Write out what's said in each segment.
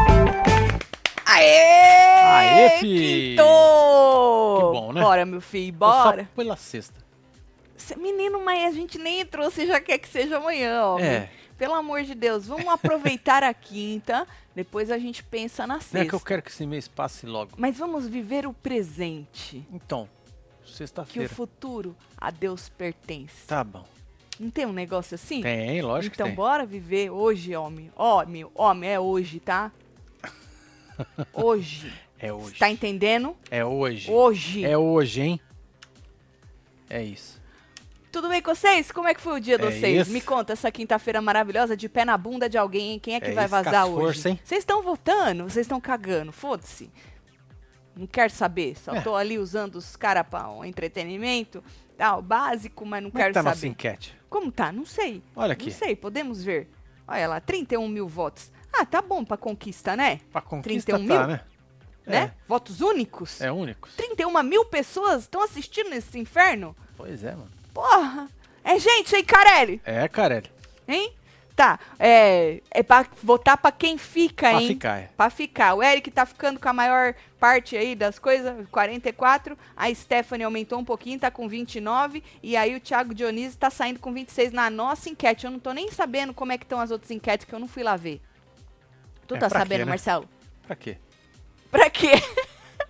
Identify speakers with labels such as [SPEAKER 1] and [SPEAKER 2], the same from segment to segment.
[SPEAKER 1] né?
[SPEAKER 2] quero, fi, bora.
[SPEAKER 1] Só pela sexta.
[SPEAKER 2] Cê- Menino, mas a gente nem entrou, você já quer que seja amanhã, ó.
[SPEAKER 1] É.
[SPEAKER 2] Pelo amor de Deus, vamos aproveitar a quinta, depois a gente pensa na
[SPEAKER 1] Não
[SPEAKER 2] sexta.
[SPEAKER 1] é que eu quero que esse mês passe logo.
[SPEAKER 2] Mas vamos viver o presente,
[SPEAKER 1] Então,
[SPEAKER 2] que o
[SPEAKER 1] sexta-feira.
[SPEAKER 2] futuro a Deus pertence.
[SPEAKER 1] Tá bom.
[SPEAKER 2] Não tem um negócio assim?
[SPEAKER 1] Tem, lógico
[SPEAKER 2] então
[SPEAKER 1] que tem.
[SPEAKER 2] bora viver hoje, homem. Homem, homem, é hoje, tá? Hoje.
[SPEAKER 1] É hoje.
[SPEAKER 2] Tá entendendo?
[SPEAKER 1] É hoje.
[SPEAKER 2] Hoje.
[SPEAKER 1] É hoje, hein? É isso.
[SPEAKER 2] Tudo bem com vocês? Como é que foi o dia de
[SPEAKER 1] É
[SPEAKER 2] vocês?
[SPEAKER 1] isso.
[SPEAKER 2] Me conta essa quinta-feira maravilhosa de pé na bunda de alguém, hein? Quem é que
[SPEAKER 1] É
[SPEAKER 2] vai
[SPEAKER 1] isso, com as
[SPEAKER 2] vazar hoje?
[SPEAKER 1] forças, hein?
[SPEAKER 2] Vocês estão votando? Vocês estão cagando? Foda-se. Não quero saber. Só
[SPEAKER 1] É.
[SPEAKER 2] tô ali usando os caras pra um entretenimento, tal, básico, mas não
[SPEAKER 1] Como é
[SPEAKER 2] quero
[SPEAKER 1] que tá
[SPEAKER 2] saber.
[SPEAKER 1] nossa enquete?
[SPEAKER 2] Como tá? Não sei.
[SPEAKER 1] Olha aqui.
[SPEAKER 2] Não sei, podemos ver. Olha lá, 31 mil votos. Ah, tá bom pra conquista, né?
[SPEAKER 1] Pra conquista
[SPEAKER 2] 31
[SPEAKER 1] tá,
[SPEAKER 2] mil?
[SPEAKER 1] né?
[SPEAKER 2] Né? Votos únicos?
[SPEAKER 1] É, é únicos.
[SPEAKER 2] 31 mil pessoas estão assistindo esse inferno?
[SPEAKER 1] Pois é, mano.
[SPEAKER 2] Porra! É gente, hein, Carelli?
[SPEAKER 1] É, Carelli.
[SPEAKER 2] Hein? Tá, é, é pra votar pra quem fica,
[SPEAKER 1] Pra
[SPEAKER 2] hein?
[SPEAKER 1] ficar, é.
[SPEAKER 2] Pra ficar. O Eric tá ficando com a maior parte aí das coisas, 44. A Stephanie aumentou um pouquinho, tá com 29. E aí o Thiago Dionísio tá saindo com 26 na nossa enquete. Eu não tô nem sabendo como é que estão as outras enquetes, que eu não fui lá ver. Tu
[SPEAKER 1] É,
[SPEAKER 2] tá
[SPEAKER 1] pra quê,
[SPEAKER 2] sabendo,
[SPEAKER 1] né?
[SPEAKER 2] Marcelo?
[SPEAKER 1] Pra quê?
[SPEAKER 2] Pra quê?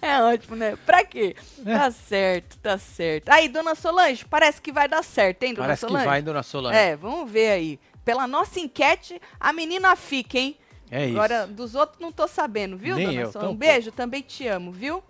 [SPEAKER 2] É ótimo, né? Pra quê?
[SPEAKER 1] É.
[SPEAKER 2] Tá certo, tá certo. Aí, dona Solange, parece que vai dar certo, hein, dona
[SPEAKER 1] Parece que
[SPEAKER 2] Solange?
[SPEAKER 1] vai, dona Solange.
[SPEAKER 2] É, vamos ver aí. Pela nossa enquete, a menina fica, hein?
[SPEAKER 1] É isso.
[SPEAKER 2] Agora, dos outros não tô sabendo, viu,
[SPEAKER 1] Nem
[SPEAKER 2] dona
[SPEAKER 1] eu,
[SPEAKER 2] Solange? Um
[SPEAKER 1] tampouco.
[SPEAKER 2] beijo, também te amo, viu?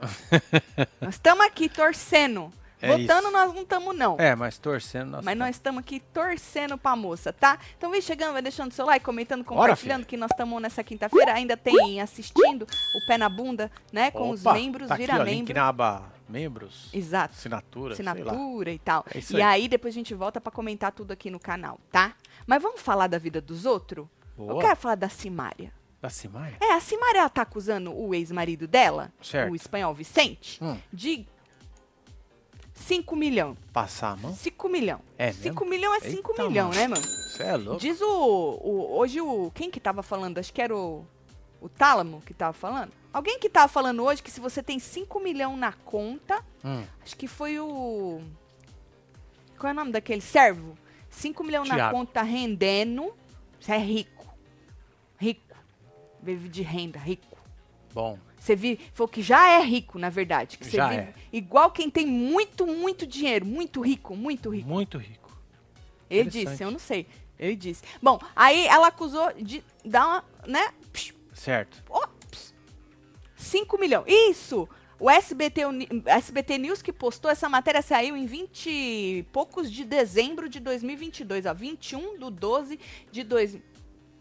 [SPEAKER 2] nós estamos aqui torcendo.
[SPEAKER 1] É
[SPEAKER 2] Votando
[SPEAKER 1] isso.
[SPEAKER 2] nós não estamos, não.
[SPEAKER 1] É, mas torcendo nossa.
[SPEAKER 2] Mas nós estamos aqui torcendo pra moça, tá? Então vem chegando, vai deixando seu like, comentando, compartilhando
[SPEAKER 1] filha.
[SPEAKER 2] que nós estamos nessa quinta-feira. Ainda tem assistindo o pé na bunda, né? Com os
[SPEAKER 1] Opa,
[SPEAKER 2] membros,
[SPEAKER 1] tá
[SPEAKER 2] vira
[SPEAKER 1] aqui, ó, Link
[SPEAKER 2] membro.
[SPEAKER 1] na aba membros,
[SPEAKER 2] Exato.
[SPEAKER 1] assinatura, sei lá.
[SPEAKER 2] Assinatura e tal.
[SPEAKER 1] É isso
[SPEAKER 2] e
[SPEAKER 1] aí.
[SPEAKER 2] aí depois a gente volta pra comentar tudo aqui no canal, tá? Mas vamos falar da vida dos outros? Eu
[SPEAKER 1] Boa.
[SPEAKER 2] quero falar da Simária.
[SPEAKER 1] Da Simaria?
[SPEAKER 2] É, a Simária ela tá acusando o ex-marido dela,
[SPEAKER 1] Certo.
[SPEAKER 2] o espanhol Vicente,
[SPEAKER 1] Hum.
[SPEAKER 2] de 5 milhão.
[SPEAKER 1] Passar a mão?
[SPEAKER 2] 5 milhão.
[SPEAKER 1] É
[SPEAKER 2] 5 milhão é 5
[SPEAKER 1] Eita,
[SPEAKER 2] milhão,
[SPEAKER 1] mano.
[SPEAKER 2] né, mano?
[SPEAKER 1] Você é louco?
[SPEAKER 2] Diz o, o- Hoje o. Quem que tava falando? Acho que era o. O Tálamo que tava falando? Alguém que tava falando hoje que se você tem 5 milhão na conta,
[SPEAKER 1] Hum,
[SPEAKER 2] acho que foi o. Qual é o nome daquele servo? 5 milhões na
[SPEAKER 1] Tiago.
[SPEAKER 2] conta rendendo. Você é rico. Rico. Vive de renda, rico.
[SPEAKER 1] bom.
[SPEAKER 2] Você vive. Foi o que já é rico, na verdade. Que você
[SPEAKER 1] Já
[SPEAKER 2] vive
[SPEAKER 1] é.
[SPEAKER 2] igual quem tem muito, muito dinheiro. Muito rico, muito rico.
[SPEAKER 1] Muito rico.
[SPEAKER 2] Ele
[SPEAKER 1] Interessante.
[SPEAKER 2] disse, eu não sei. Ele disse. Bom, aí ela acusou de dar uma, né?
[SPEAKER 1] Certo.
[SPEAKER 2] 5 milhões. Isso! O SBT, Uni- SBT News que postou essa matéria saiu em 20 e poucos de dezembro de 2022, ó, 21 do 12 de 2000.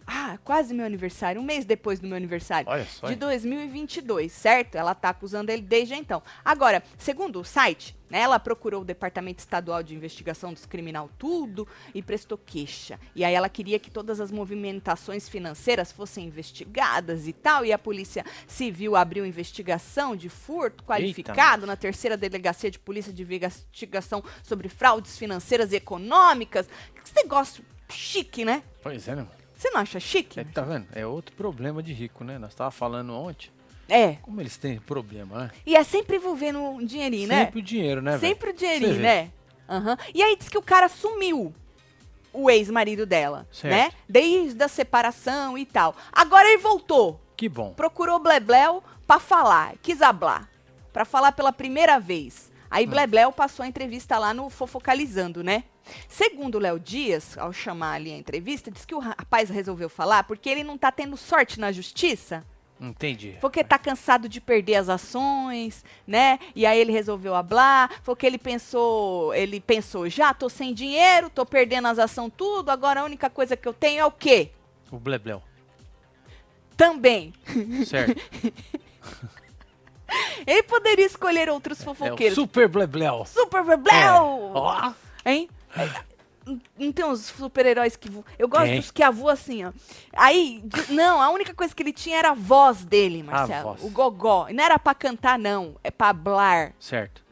[SPEAKER 2] Ah, quase meu aniversário, um mês depois do meu aniversário
[SPEAKER 1] Olha só.
[SPEAKER 2] de
[SPEAKER 1] hein?
[SPEAKER 2] 2022, certo? Ela tá acusando ele desde então. Agora, segundo o site, né, ela procurou o Departamento Estadual de Investigação dos Criminal Tudo e prestou queixa. E aí ela queria que todas as movimentações financeiras fossem investigadas e tal, e a Polícia Civil abriu investigação de furto qualificado na terceira delegacia de Polícia de Investigação sobre fraudes financeiras e econômicas. Que negócio chique, né?
[SPEAKER 1] Pois é, né, mano?
[SPEAKER 2] Você não acha chique?
[SPEAKER 1] É, tá vendo? É outro problema de rico, né? Nós tava falando ontem.
[SPEAKER 2] É.
[SPEAKER 1] Como eles têm problema, né?
[SPEAKER 2] E é sempre envolvendo um dinheirinho, né?
[SPEAKER 1] Sempre o dinheiro, né, velho?
[SPEAKER 2] Sempre o dinheirinho,
[SPEAKER 1] Você vê.
[SPEAKER 2] né? Aham. E aí diz que o cara sumiu, o ex-marido dela,
[SPEAKER 1] Certo.
[SPEAKER 2] né? Desde a separação e tal. Agora ele voltou,
[SPEAKER 1] Que bom.
[SPEAKER 2] procurou o Blebleu pra falar, quis hablar, pra falar pela primeira vez.
[SPEAKER 1] Ah.
[SPEAKER 2] Aí Blebleu passou a entrevista lá no Fofocalizando, né? Segundo o Léo Dias, ao chamar ali a entrevista, diz que o rapaz resolveu falar porque ele não tá tendo sorte na justiça.
[SPEAKER 1] Entendi.
[SPEAKER 2] Porque tá cansado de perder as ações, né? E aí ele resolveu hablar, porque ele pensou, ele pensou, já tô sem dinheiro, tô perdendo as ações tudo, agora a única coisa que eu tenho é o quê?
[SPEAKER 1] O blebleu.
[SPEAKER 2] Também.
[SPEAKER 1] Certo.
[SPEAKER 2] Ele poderia escolher outros
[SPEAKER 1] é o
[SPEAKER 2] fofoqueiros.
[SPEAKER 1] super blebleu.
[SPEAKER 2] Super
[SPEAKER 1] É.
[SPEAKER 2] Bebel!
[SPEAKER 1] Ó.
[SPEAKER 2] Hein? N- Não tem uns super-heróis que voam. Eu gosto
[SPEAKER 1] Tem.
[SPEAKER 2] dos que avô assim, ó. Aí, d- não, a única coisa que ele tinha era a voz dele, Marcelo.
[SPEAKER 1] voz.
[SPEAKER 2] O gogó. E não era pra cantar, não. É pra hablar.
[SPEAKER 1] Certo.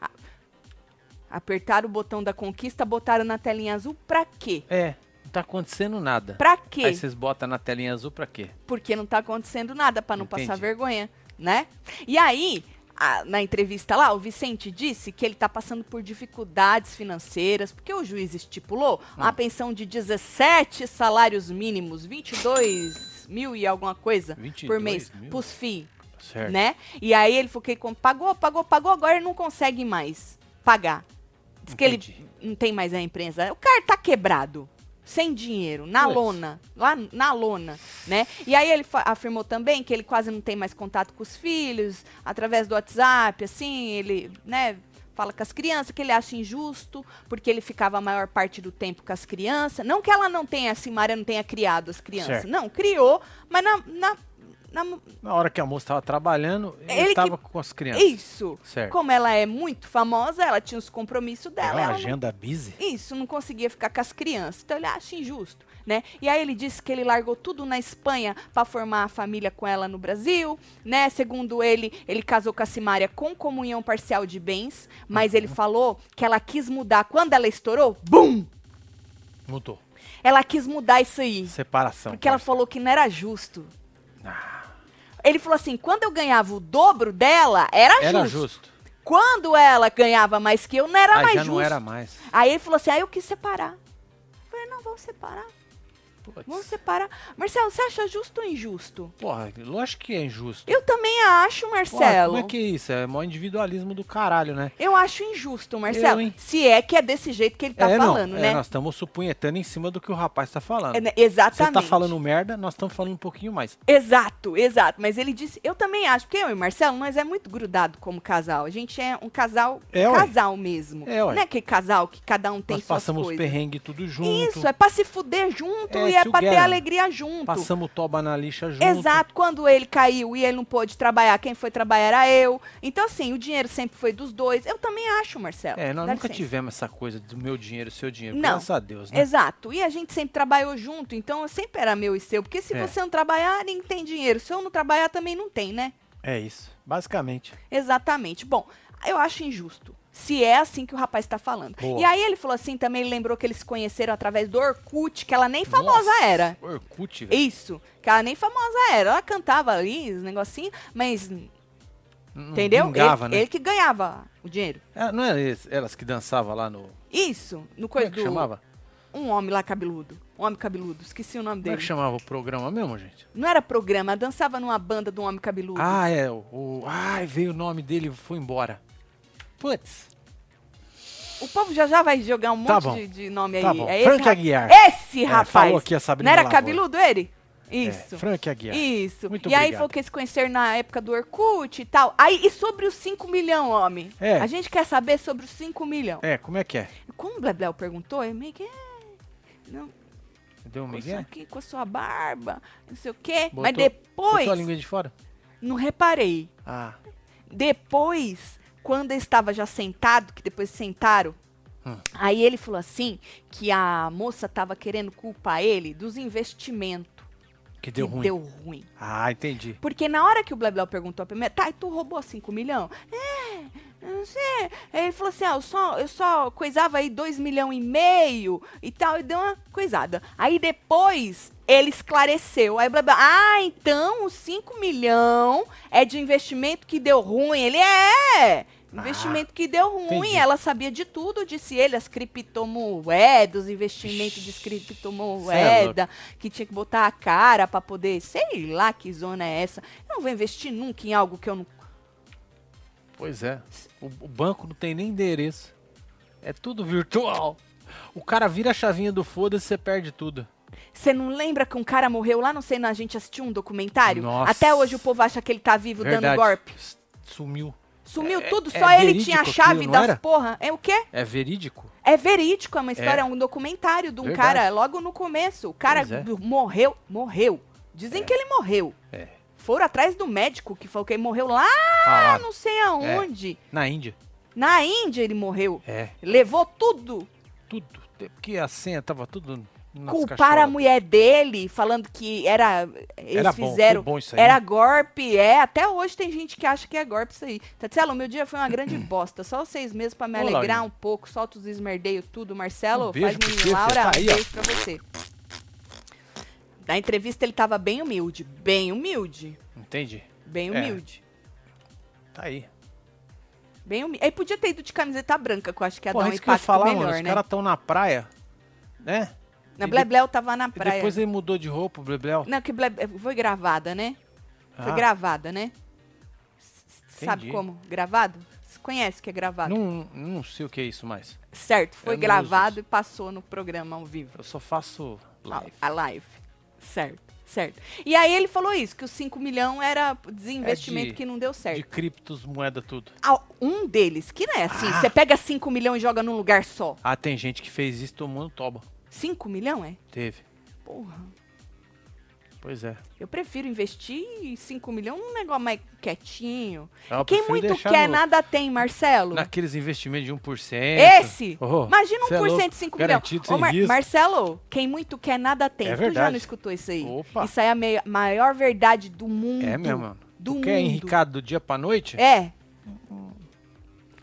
[SPEAKER 2] Apertaram o botão da conquista, botaram na telinha azul pra quê?
[SPEAKER 1] É. Não tá acontecendo nada.
[SPEAKER 2] Pra
[SPEAKER 1] Aí
[SPEAKER 2] quê?
[SPEAKER 1] vocês botam na telinha azul pra quê?
[SPEAKER 2] Porque não tá acontecendo nada pra não passar
[SPEAKER 1] Entendi.
[SPEAKER 2] vergonha, né? E aí, a- na entrevista lá, o Vicente disse que ele está passando por dificuldades financeiras, porque o juiz estipulou
[SPEAKER 1] Ah.
[SPEAKER 2] uma pensão de 17 salários mínimos, 22 mil e alguma coisa
[SPEAKER 1] 22
[SPEAKER 2] por mês,
[SPEAKER 1] mil?
[SPEAKER 2] para os FII,
[SPEAKER 1] Certo.
[SPEAKER 2] né? E aí ele fiquei com pagou, pagou, pagou, agora ele não consegue mais pagar. Diz que ele
[SPEAKER 1] Entendi.
[SPEAKER 2] não tem mais a empresa. O cara tá quebrado, sem dinheiro, na
[SPEAKER 1] Pois.
[SPEAKER 2] lona, lá na lona, né? E aí ele fa- afirmou também que ele quase não tem mais contato com os filhos, através do WhatsApp, assim, ele, né, fala com as crianças, que ele acha injusto, porque ele ficava a maior parte do tempo com as crianças. Não que ela não tenha, assim, Maria não tenha criado as crianças.
[SPEAKER 1] Certo.
[SPEAKER 2] Não, criou, mas na- na- na
[SPEAKER 1] Na hora que a moça tava trabalhando, ele,
[SPEAKER 2] Ele que-
[SPEAKER 1] tava com as crianças.
[SPEAKER 2] isso.
[SPEAKER 1] Certo.
[SPEAKER 2] Como ela é muito famosa, ela tinha os compromissos
[SPEAKER 1] É
[SPEAKER 2] dela.
[SPEAKER 1] uma
[SPEAKER 2] ela não-
[SPEAKER 1] agenda busy?
[SPEAKER 2] Isso, não conseguia ficar com as crianças. Então ele acha injusto, né? E aí ele disse que ele largou tudo na Espanha para formar a família com ela no Brasil, né? Segundo ele, ele casou com a Simária com comunhão parcial de bens, mas
[SPEAKER 1] Uhum.
[SPEAKER 2] ele falou que ela quis mudar. Quando ela estourou, bum!
[SPEAKER 1] Mudou.
[SPEAKER 2] Ela quis mudar isso aí.
[SPEAKER 1] Separação.
[SPEAKER 2] Porque ela
[SPEAKER 1] parceiro.
[SPEAKER 2] falou que não era justo.
[SPEAKER 1] Ah,
[SPEAKER 2] Ele falou assim: quando eu ganhava o dobro dela, era,
[SPEAKER 1] era
[SPEAKER 2] justo.
[SPEAKER 1] justo.
[SPEAKER 2] Quando ela ganhava mais que eu, não era
[SPEAKER 1] Ah,
[SPEAKER 2] Tá mais
[SPEAKER 1] já
[SPEAKER 2] justo.
[SPEAKER 1] não era mais.
[SPEAKER 2] Aí ele falou assim, aí eu quis separar. Eu falei, não, vamos separar,
[SPEAKER 1] Putz.
[SPEAKER 2] vamos separar. Marcelo, você acha justo ou injusto?
[SPEAKER 1] Porra, lógico que é injusto.
[SPEAKER 2] tá- Eu também acho,
[SPEAKER 1] Porra,
[SPEAKER 2] Marcelo.
[SPEAKER 1] como é que é isso? É maior individualismo do caralho, né?
[SPEAKER 2] Eu acho injusto, Marcelo.
[SPEAKER 1] hein?
[SPEAKER 2] se é que é desse jeito que ele tá
[SPEAKER 1] é,
[SPEAKER 2] falando,
[SPEAKER 1] não. É,
[SPEAKER 2] né?
[SPEAKER 1] nós estamos supunhetando em cima do que o rapaz tá falando.
[SPEAKER 2] É, né?
[SPEAKER 1] Você
[SPEAKER 2] Exatamente.
[SPEAKER 1] tá falando merda, nós estamos falando um pouquinho mais.
[SPEAKER 2] Exato, exato. Mas ele disse, eu também acho, porque eu e o Marcelo, nós é muito grudado como casal. A gente é um casal,
[SPEAKER 1] É, ué.
[SPEAKER 2] casal mesmo.
[SPEAKER 1] É, ué.
[SPEAKER 2] não é aquele casal que cada um tem
[SPEAKER 1] nós
[SPEAKER 2] suas
[SPEAKER 1] passamos
[SPEAKER 2] coisas.
[SPEAKER 1] perrengue tudo junto.
[SPEAKER 2] Isso, é pra se fuder junto
[SPEAKER 1] É,
[SPEAKER 2] e é pra ter
[SPEAKER 1] together.
[SPEAKER 2] alegria junto.
[SPEAKER 1] Passamos toba na lixa junto.
[SPEAKER 2] Exato, quando ele caiu e ele não pôde trabalhar, quem foi trabalhar era eu. Então, assim, o dinheiro sempre foi dos dois. Eu também acho, Marcelo.
[SPEAKER 1] É, nós
[SPEAKER 2] Dá
[SPEAKER 1] nunca
[SPEAKER 2] licença.
[SPEAKER 1] tivemos essa coisa do meu dinheiro, seu dinheiro.
[SPEAKER 2] Não.
[SPEAKER 1] Graças a Deus, né?
[SPEAKER 2] Exato. E a gente sempre trabalhou junto, então eu sempre era meu e seu. Porque se
[SPEAKER 1] É.
[SPEAKER 2] você não trabalhar, ninguém tem dinheiro. Se eu não trabalhar, também não tem, né?
[SPEAKER 1] É isso, basicamente.
[SPEAKER 2] Exatamente. Bom, eu acho injusto. Se é assim que o rapaz tá falando.
[SPEAKER 1] Boa.
[SPEAKER 2] E aí ele falou assim, também ele lembrou que eles se conheceram através do Orkut, que ela nem famosa
[SPEAKER 1] Nossa,
[SPEAKER 2] era.
[SPEAKER 1] Orkut, velho.
[SPEAKER 2] Isso, que ela nem famosa era. Ela cantava ali, os negocinhos, mas,
[SPEAKER 1] Não- não
[SPEAKER 2] entendeu?
[SPEAKER 1] Vingava,
[SPEAKER 2] ele,
[SPEAKER 1] né?
[SPEAKER 2] ele que ganhava o dinheiro.
[SPEAKER 1] Ah, não eram eles- elas que dançavam lá no.
[SPEAKER 2] Isso, no
[SPEAKER 1] Como
[SPEAKER 2] coisa
[SPEAKER 1] é que
[SPEAKER 2] do-
[SPEAKER 1] chamava?
[SPEAKER 2] Um homem lá cabeludo. Um homem cabeludo, esqueci o nome
[SPEAKER 1] Como
[SPEAKER 2] dele.
[SPEAKER 1] é que chamava o programa mesmo, gente?
[SPEAKER 2] Não era programa, ela dançava numa banda do homem cabeludo.
[SPEAKER 1] Ah, é. O, o- ai, veio o nome dele e foi embora. Putz,
[SPEAKER 2] O povo já já vai jogar um
[SPEAKER 1] Tá
[SPEAKER 2] monte
[SPEAKER 1] bom.
[SPEAKER 2] de, de nome
[SPEAKER 1] tá
[SPEAKER 2] aí.
[SPEAKER 1] bom.
[SPEAKER 2] É esse,
[SPEAKER 1] Frank
[SPEAKER 2] ra-
[SPEAKER 1] Aguiar.
[SPEAKER 2] esse
[SPEAKER 1] É,
[SPEAKER 2] rapaz.
[SPEAKER 1] falou aqui a Sabrina
[SPEAKER 2] Não era
[SPEAKER 1] Lavoura.
[SPEAKER 2] cabeludo ele?
[SPEAKER 1] É,
[SPEAKER 2] Isso.
[SPEAKER 1] Frank Aguiar.
[SPEAKER 2] Isso.
[SPEAKER 1] Muito
[SPEAKER 2] e aí
[SPEAKER 1] obrigado.
[SPEAKER 2] foi que eles conheceram na época do Orkut e tal. Aí, e sobre os 5 milhão, homem?
[SPEAKER 1] É.
[SPEAKER 2] A gente quer saber sobre os 5 milhão.
[SPEAKER 1] É, como é que é?
[SPEAKER 2] Como o Blebleu perguntou, eu meio que. é, Não,
[SPEAKER 1] Deu um
[SPEAKER 2] com isso
[SPEAKER 1] migué?
[SPEAKER 2] aqui, com a sua barba, não sei o quê.
[SPEAKER 1] Botou-
[SPEAKER 2] Mas
[SPEAKER 1] Botou a
[SPEAKER 2] depois,
[SPEAKER 1] língua de fora?
[SPEAKER 2] não reparei.
[SPEAKER 1] Ah,
[SPEAKER 2] Depois, quando eu estava já sentado, que depois sentaram,
[SPEAKER 1] Hum.
[SPEAKER 2] aí ele falou assim que a moça estava querendo culpar ele dos investimentos
[SPEAKER 1] que deu
[SPEAKER 2] que
[SPEAKER 1] ruim.
[SPEAKER 2] deu ruim.
[SPEAKER 1] Ah, entendi.
[SPEAKER 2] Porque na hora que o Blebleu perguntou a primeira, tá, e tu roubou 5 milhões? É, eu não sei. Aí ele falou assim, ah, eu só, eu só coisava aí 2 milhões e meio e tal, e deu uma coisada. Aí depois ele esclareceu. Aí o Blebleu, ah, então os 5 milhões é de investimento que deu ruim. Ele é! Investimento que deu ruim,
[SPEAKER 1] Ah, entendi.
[SPEAKER 2] ela sabia de tudo, disse ele, as criptomoedas, investimento de
[SPEAKER 1] é
[SPEAKER 2] criptomoeda, que tinha que botar a cara pra poder, sei lá que zona é essa. Eu não vou investir nunca em algo que eu não.
[SPEAKER 1] Pois é. O, o banco não tem nem endereço. É tudo virtual. O cara vira a chavinha do foda-se e você perde tudo.
[SPEAKER 2] Você não lembra que um cara morreu lá, não sei, na gente assistiu um documentário?
[SPEAKER 1] Nossa.
[SPEAKER 2] Até hoje o povo acha que ele tá vivo dando
[SPEAKER 1] Verdade.
[SPEAKER 2] golpe.
[SPEAKER 1] S- Sumiu.
[SPEAKER 2] Sumiu
[SPEAKER 1] É-
[SPEAKER 2] tudo,
[SPEAKER 1] é
[SPEAKER 2] só ele
[SPEAKER 1] verídico
[SPEAKER 2] tinha a
[SPEAKER 1] aquilo,
[SPEAKER 2] chave
[SPEAKER 1] não
[SPEAKER 2] das
[SPEAKER 1] era?
[SPEAKER 2] porra. É o quê?
[SPEAKER 1] É verídico?
[SPEAKER 2] É verídico, é uma história,
[SPEAKER 1] É.
[SPEAKER 2] é um documentário de um
[SPEAKER 1] Verdade.
[SPEAKER 2] cara logo no começo. O cara
[SPEAKER 1] Pois é.
[SPEAKER 2] do- morreu, morreu. Dizem que ele morreu.
[SPEAKER 1] É.
[SPEAKER 2] Foram atrás do médico que falou que ele morreu lá,
[SPEAKER 1] Ah, lá,
[SPEAKER 2] não sei aonde.
[SPEAKER 1] na Índia.
[SPEAKER 2] Na Índia ele morreu.
[SPEAKER 1] É.
[SPEAKER 2] Levou tudo.
[SPEAKER 1] Tudo. Te- Porque a senha tava tudo nas
[SPEAKER 2] Culparam a
[SPEAKER 1] cacholas.
[SPEAKER 2] mulher dele, falando que era. Eles
[SPEAKER 1] Era bom,
[SPEAKER 2] fizeram.
[SPEAKER 1] foi bom isso aí.
[SPEAKER 2] Era golpe, é. Até hoje tem gente que acha que é golpe isso aí. Tatielo, meu dia foi uma grande bosta. Só seis meses pra me
[SPEAKER 1] Ô,
[SPEAKER 2] alegrar
[SPEAKER 1] Laurinha.
[SPEAKER 2] um pouco. Solta os esmerdeios tudo. Marcelo,
[SPEAKER 1] Um beijo
[SPEAKER 2] faz
[SPEAKER 1] pra você,
[SPEAKER 2] menino. Laura,
[SPEAKER 1] tá
[SPEAKER 2] um
[SPEAKER 1] aí, ó.
[SPEAKER 2] beijo pra você. Na entrevista ele tava bem humilde. Bem humilde.
[SPEAKER 1] Entendi.
[SPEAKER 2] Bem
[SPEAKER 1] É.
[SPEAKER 2] humilde.
[SPEAKER 1] Tá aí.
[SPEAKER 2] Bem humilde. Aí podia ter ido de camiseta branca, que eu acho que ia
[SPEAKER 1] Porra,
[SPEAKER 2] dar um
[SPEAKER 1] isso que eu ia
[SPEAKER 2] impacto
[SPEAKER 1] falar,
[SPEAKER 2] melhor,
[SPEAKER 1] mano. Os
[SPEAKER 2] né?
[SPEAKER 1] caras estão na praia, né?
[SPEAKER 2] Na
[SPEAKER 1] e
[SPEAKER 2] Blebleu tava na
[SPEAKER 1] E
[SPEAKER 2] praia.
[SPEAKER 1] depois ele mudou de roupa, o Blebleu.
[SPEAKER 2] Não, que Blebleu... Foi gravada, né? Foi
[SPEAKER 1] Ah,
[SPEAKER 2] gravada, né? S- s- Sabe
[SPEAKER 1] Entendi.
[SPEAKER 2] como? Gravado? Você conhece que é gravado?
[SPEAKER 1] não, não sei o que é isso mais.
[SPEAKER 2] Certo, foi
[SPEAKER 1] não uso
[SPEAKER 2] gravado
[SPEAKER 1] isso.
[SPEAKER 2] e passou no programa ao vivo.
[SPEAKER 1] Eu só faço live.
[SPEAKER 2] A live. Certo, certo. E aí ele falou isso, que os 5 milhões era desinvestimento
[SPEAKER 1] É de-
[SPEAKER 2] que não deu tá certo.
[SPEAKER 1] De criptos, moeda, tudo.
[SPEAKER 2] Ah, Um deles, que não é assim,
[SPEAKER 1] Ah.
[SPEAKER 2] você pega 5 milhões e joga num lugar só.
[SPEAKER 1] Ah, tem gente que fez isso tomando toba.
[SPEAKER 2] 5 milhões é?
[SPEAKER 1] Teve.
[SPEAKER 2] Porra.
[SPEAKER 1] Pois é.
[SPEAKER 2] Eu prefiro investir 5 milhões num negócio mais quietinho.
[SPEAKER 1] Ah, eu
[SPEAKER 2] Quem
[SPEAKER 1] prefiro
[SPEAKER 2] muito
[SPEAKER 1] deixar
[SPEAKER 2] quer,
[SPEAKER 1] no-
[SPEAKER 2] nada tem, Marcelo.
[SPEAKER 1] Naqueles investimentos de 1%.
[SPEAKER 2] Esse?
[SPEAKER 1] Oh,
[SPEAKER 2] Imagina
[SPEAKER 1] cê é
[SPEAKER 2] 1%
[SPEAKER 1] louco.
[SPEAKER 2] de 5 milhões.
[SPEAKER 1] Garantido,
[SPEAKER 2] Ô,
[SPEAKER 1] sem risco.
[SPEAKER 2] Marcelo, quem muito quer, nada tem.
[SPEAKER 1] É
[SPEAKER 2] Tu já
[SPEAKER 1] verdade.
[SPEAKER 2] não escutou isso aí?
[SPEAKER 1] Opa.
[SPEAKER 2] Isso aí é a mei- maior verdade do mundo.
[SPEAKER 1] É mesmo, mano.
[SPEAKER 2] Do
[SPEAKER 1] tu
[SPEAKER 2] mundo.
[SPEAKER 1] quer enricado do dia pra noite?
[SPEAKER 2] É.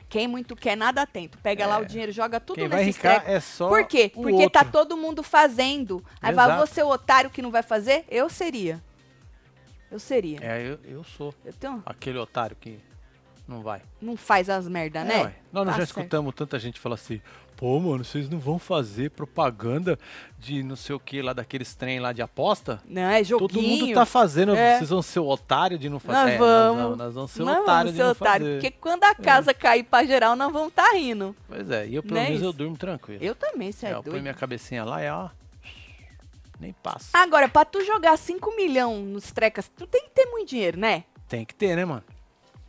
[SPEAKER 2] Quem muito quer, nada tem. Tu pega lá o dinheiro, joga tudo
[SPEAKER 1] É. Quem vai
[SPEAKER 2] nesse
[SPEAKER 1] enricar
[SPEAKER 2] treco.
[SPEAKER 1] é só
[SPEAKER 2] Por quê?
[SPEAKER 1] o
[SPEAKER 2] Porque
[SPEAKER 1] outro.
[SPEAKER 2] tá todo mundo fazendo. Aí fala,
[SPEAKER 1] Exato.
[SPEAKER 2] você é o otário que não vai fazer? Eu seria. Eu seria.
[SPEAKER 1] É, eu, eu sou
[SPEAKER 2] Eu tenho...
[SPEAKER 1] aquele otário que não vai.
[SPEAKER 2] Não faz as merda,
[SPEAKER 1] É,
[SPEAKER 2] né?
[SPEAKER 1] ué. Nós não
[SPEAKER 2] Tá
[SPEAKER 1] já
[SPEAKER 2] certo.
[SPEAKER 1] escutamos tanta gente falar assim, pô, mano, vocês não vão fazer propaganda de não sei o que lá, daqueles trem lá de aposta?
[SPEAKER 2] Não, é joguinho.
[SPEAKER 1] Todo mundo tá fazendo,
[SPEAKER 2] É.
[SPEAKER 1] vocês vão ser o otário de não
[SPEAKER 2] Nós
[SPEAKER 1] fazer. É,
[SPEAKER 2] vamos.
[SPEAKER 1] Nós, nós vamos ser
[SPEAKER 2] Nós
[SPEAKER 1] o otário
[SPEAKER 2] vamos
[SPEAKER 1] de
[SPEAKER 2] ser
[SPEAKER 1] não
[SPEAKER 2] otário,
[SPEAKER 1] fazer. É.
[SPEAKER 2] porque quando a casa cair pra geral, nós vamos estar tá rindo.
[SPEAKER 1] Pois é, e eu pelo
[SPEAKER 2] Não é
[SPEAKER 1] menos eu
[SPEAKER 2] isso.
[SPEAKER 1] durmo tranquilo.
[SPEAKER 2] Eu também, você
[SPEAKER 1] É,
[SPEAKER 2] é,
[SPEAKER 1] eu ponho
[SPEAKER 2] doido.
[SPEAKER 1] minha cabecinha lá e ó, nem passa.
[SPEAKER 2] Agora, pra tu jogar 5 milhões nos trecas, tu tem que ter muito dinheiro, né?
[SPEAKER 1] Tem que ter, né, mano?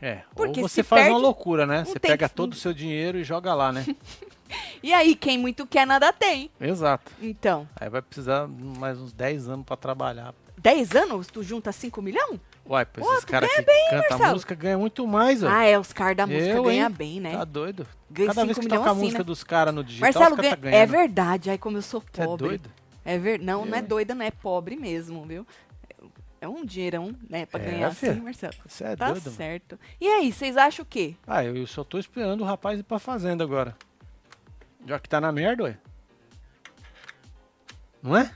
[SPEAKER 1] É,
[SPEAKER 2] Porque
[SPEAKER 1] ou
[SPEAKER 2] se
[SPEAKER 1] você faz
[SPEAKER 2] perde,
[SPEAKER 1] uma loucura, né?
[SPEAKER 2] não
[SPEAKER 1] Você
[SPEAKER 2] tem
[SPEAKER 1] pega
[SPEAKER 2] que-
[SPEAKER 1] todo o seu dinheiro e joga lá, né?
[SPEAKER 2] E aí, quem muito quer, nada tem.
[SPEAKER 1] Exato.
[SPEAKER 2] Então,
[SPEAKER 1] Aí vai precisar mais uns 10 anos pra trabalhar.
[SPEAKER 2] 10 anos, tu junta 5 milhões?
[SPEAKER 1] Uai, pois
[SPEAKER 2] Pô,
[SPEAKER 1] esses
[SPEAKER 2] tu
[SPEAKER 1] caras
[SPEAKER 2] ganha
[SPEAKER 1] que
[SPEAKER 2] Marcelo?
[SPEAKER 1] cantam música ganham muito mais, ó.
[SPEAKER 2] Ah, é, os caras da música
[SPEAKER 1] Eu,
[SPEAKER 2] ganham
[SPEAKER 1] hein?
[SPEAKER 2] bem, né?
[SPEAKER 1] Tá doido?
[SPEAKER 2] Ganha
[SPEAKER 1] Cada
[SPEAKER 2] 5
[SPEAKER 1] vez que
[SPEAKER 2] milhões
[SPEAKER 1] toca a
[SPEAKER 2] assim,
[SPEAKER 1] música
[SPEAKER 2] né?
[SPEAKER 1] dos caras no digital,
[SPEAKER 2] Marcelo,
[SPEAKER 1] os caras
[SPEAKER 2] ganha...
[SPEAKER 1] tá
[SPEAKER 2] é
[SPEAKER 1] ganhando.
[SPEAKER 2] verdade, ai como eu sou
[SPEAKER 1] Você é
[SPEAKER 2] pobre.
[SPEAKER 1] doido?
[SPEAKER 2] É ver... Não, não é
[SPEAKER 1] Eu, hein?
[SPEAKER 2] doida, não é pobre mesmo, viu? É um dinheirão, né, pra
[SPEAKER 1] É,
[SPEAKER 2] ganhar
[SPEAKER 1] fia.
[SPEAKER 2] assim, Marcelo.
[SPEAKER 1] Você é
[SPEAKER 2] Tá
[SPEAKER 1] doido, mano.
[SPEAKER 2] certo. E aí, vocês acham o quê?
[SPEAKER 1] Ah, eu eu só tô esperando o rapaz ir pra fazenda agora. Já que tá na merda, ué. Não é?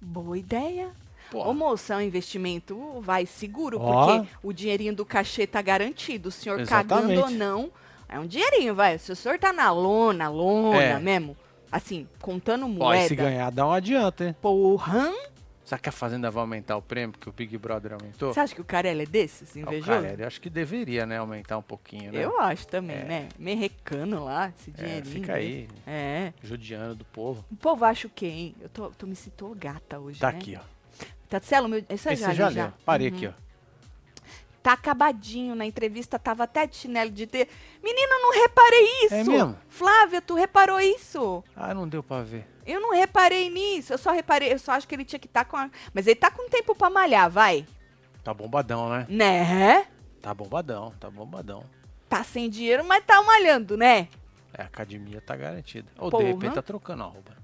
[SPEAKER 2] Boa ideia.
[SPEAKER 1] Pô,
[SPEAKER 2] Ô, moça, é um investimento, vai seguro,
[SPEAKER 1] Ó.
[SPEAKER 2] porque o dinheirinho do cachê tá garantido. O senhor cagando
[SPEAKER 1] Exatamente.
[SPEAKER 2] ou não, é um dinheirinho, vai. Se o senhor tá na lona, lona
[SPEAKER 1] É.
[SPEAKER 2] mesmo, assim, contando
[SPEAKER 1] ó, e se
[SPEAKER 2] moeda,
[SPEAKER 1] ganhar, dá um adianta, hein?
[SPEAKER 2] porra,
[SPEAKER 1] Será que a Fazenda vai aumentar o prêmio que o Big Brother aumentou?
[SPEAKER 2] você acha que o Carelli é desses,
[SPEAKER 1] Ah, o
[SPEAKER 2] invejoso?
[SPEAKER 1] cara, eu acho que deveria, né, aumentar um pouquinho, né?
[SPEAKER 2] Eu acho também,
[SPEAKER 1] É.
[SPEAKER 2] né? Merrecano lá, esse
[SPEAKER 1] é,
[SPEAKER 2] dinheirinho.
[SPEAKER 1] fica aí,
[SPEAKER 2] dele. É.
[SPEAKER 1] judiando do povo.
[SPEAKER 2] O povo acha o quê, hein? Eu tô, tô me sinto gata hoje,
[SPEAKER 1] Tá
[SPEAKER 2] né?
[SPEAKER 1] aqui, ó.
[SPEAKER 2] Tatselo, meu... Esse,
[SPEAKER 1] Esse
[SPEAKER 2] já,
[SPEAKER 1] já
[SPEAKER 2] li, já. Uhum.
[SPEAKER 1] leu. Parei aqui, ó.
[SPEAKER 2] Tá acabadinho na entrevista, tava até de chinelo de ter. Menino, eu não reparei isso.
[SPEAKER 1] É mesmo?
[SPEAKER 2] Flávia, tu reparou isso?
[SPEAKER 1] Ah, não deu pra ver.
[SPEAKER 2] Eu não reparei nisso. Eu só reparei, eu só acho que ele tinha que estar com a... Mas ele tá com tempo pra malhar, vai.
[SPEAKER 1] Tá bombadão, né?
[SPEAKER 2] Né?
[SPEAKER 1] Tá bombadão, tá bombadão.
[SPEAKER 2] Tá sem dinheiro, mas tá malhando, né?
[SPEAKER 1] É, a academia tá garantida. Ou
[SPEAKER 2] Porra.
[SPEAKER 1] de repente tá trocando a roupa.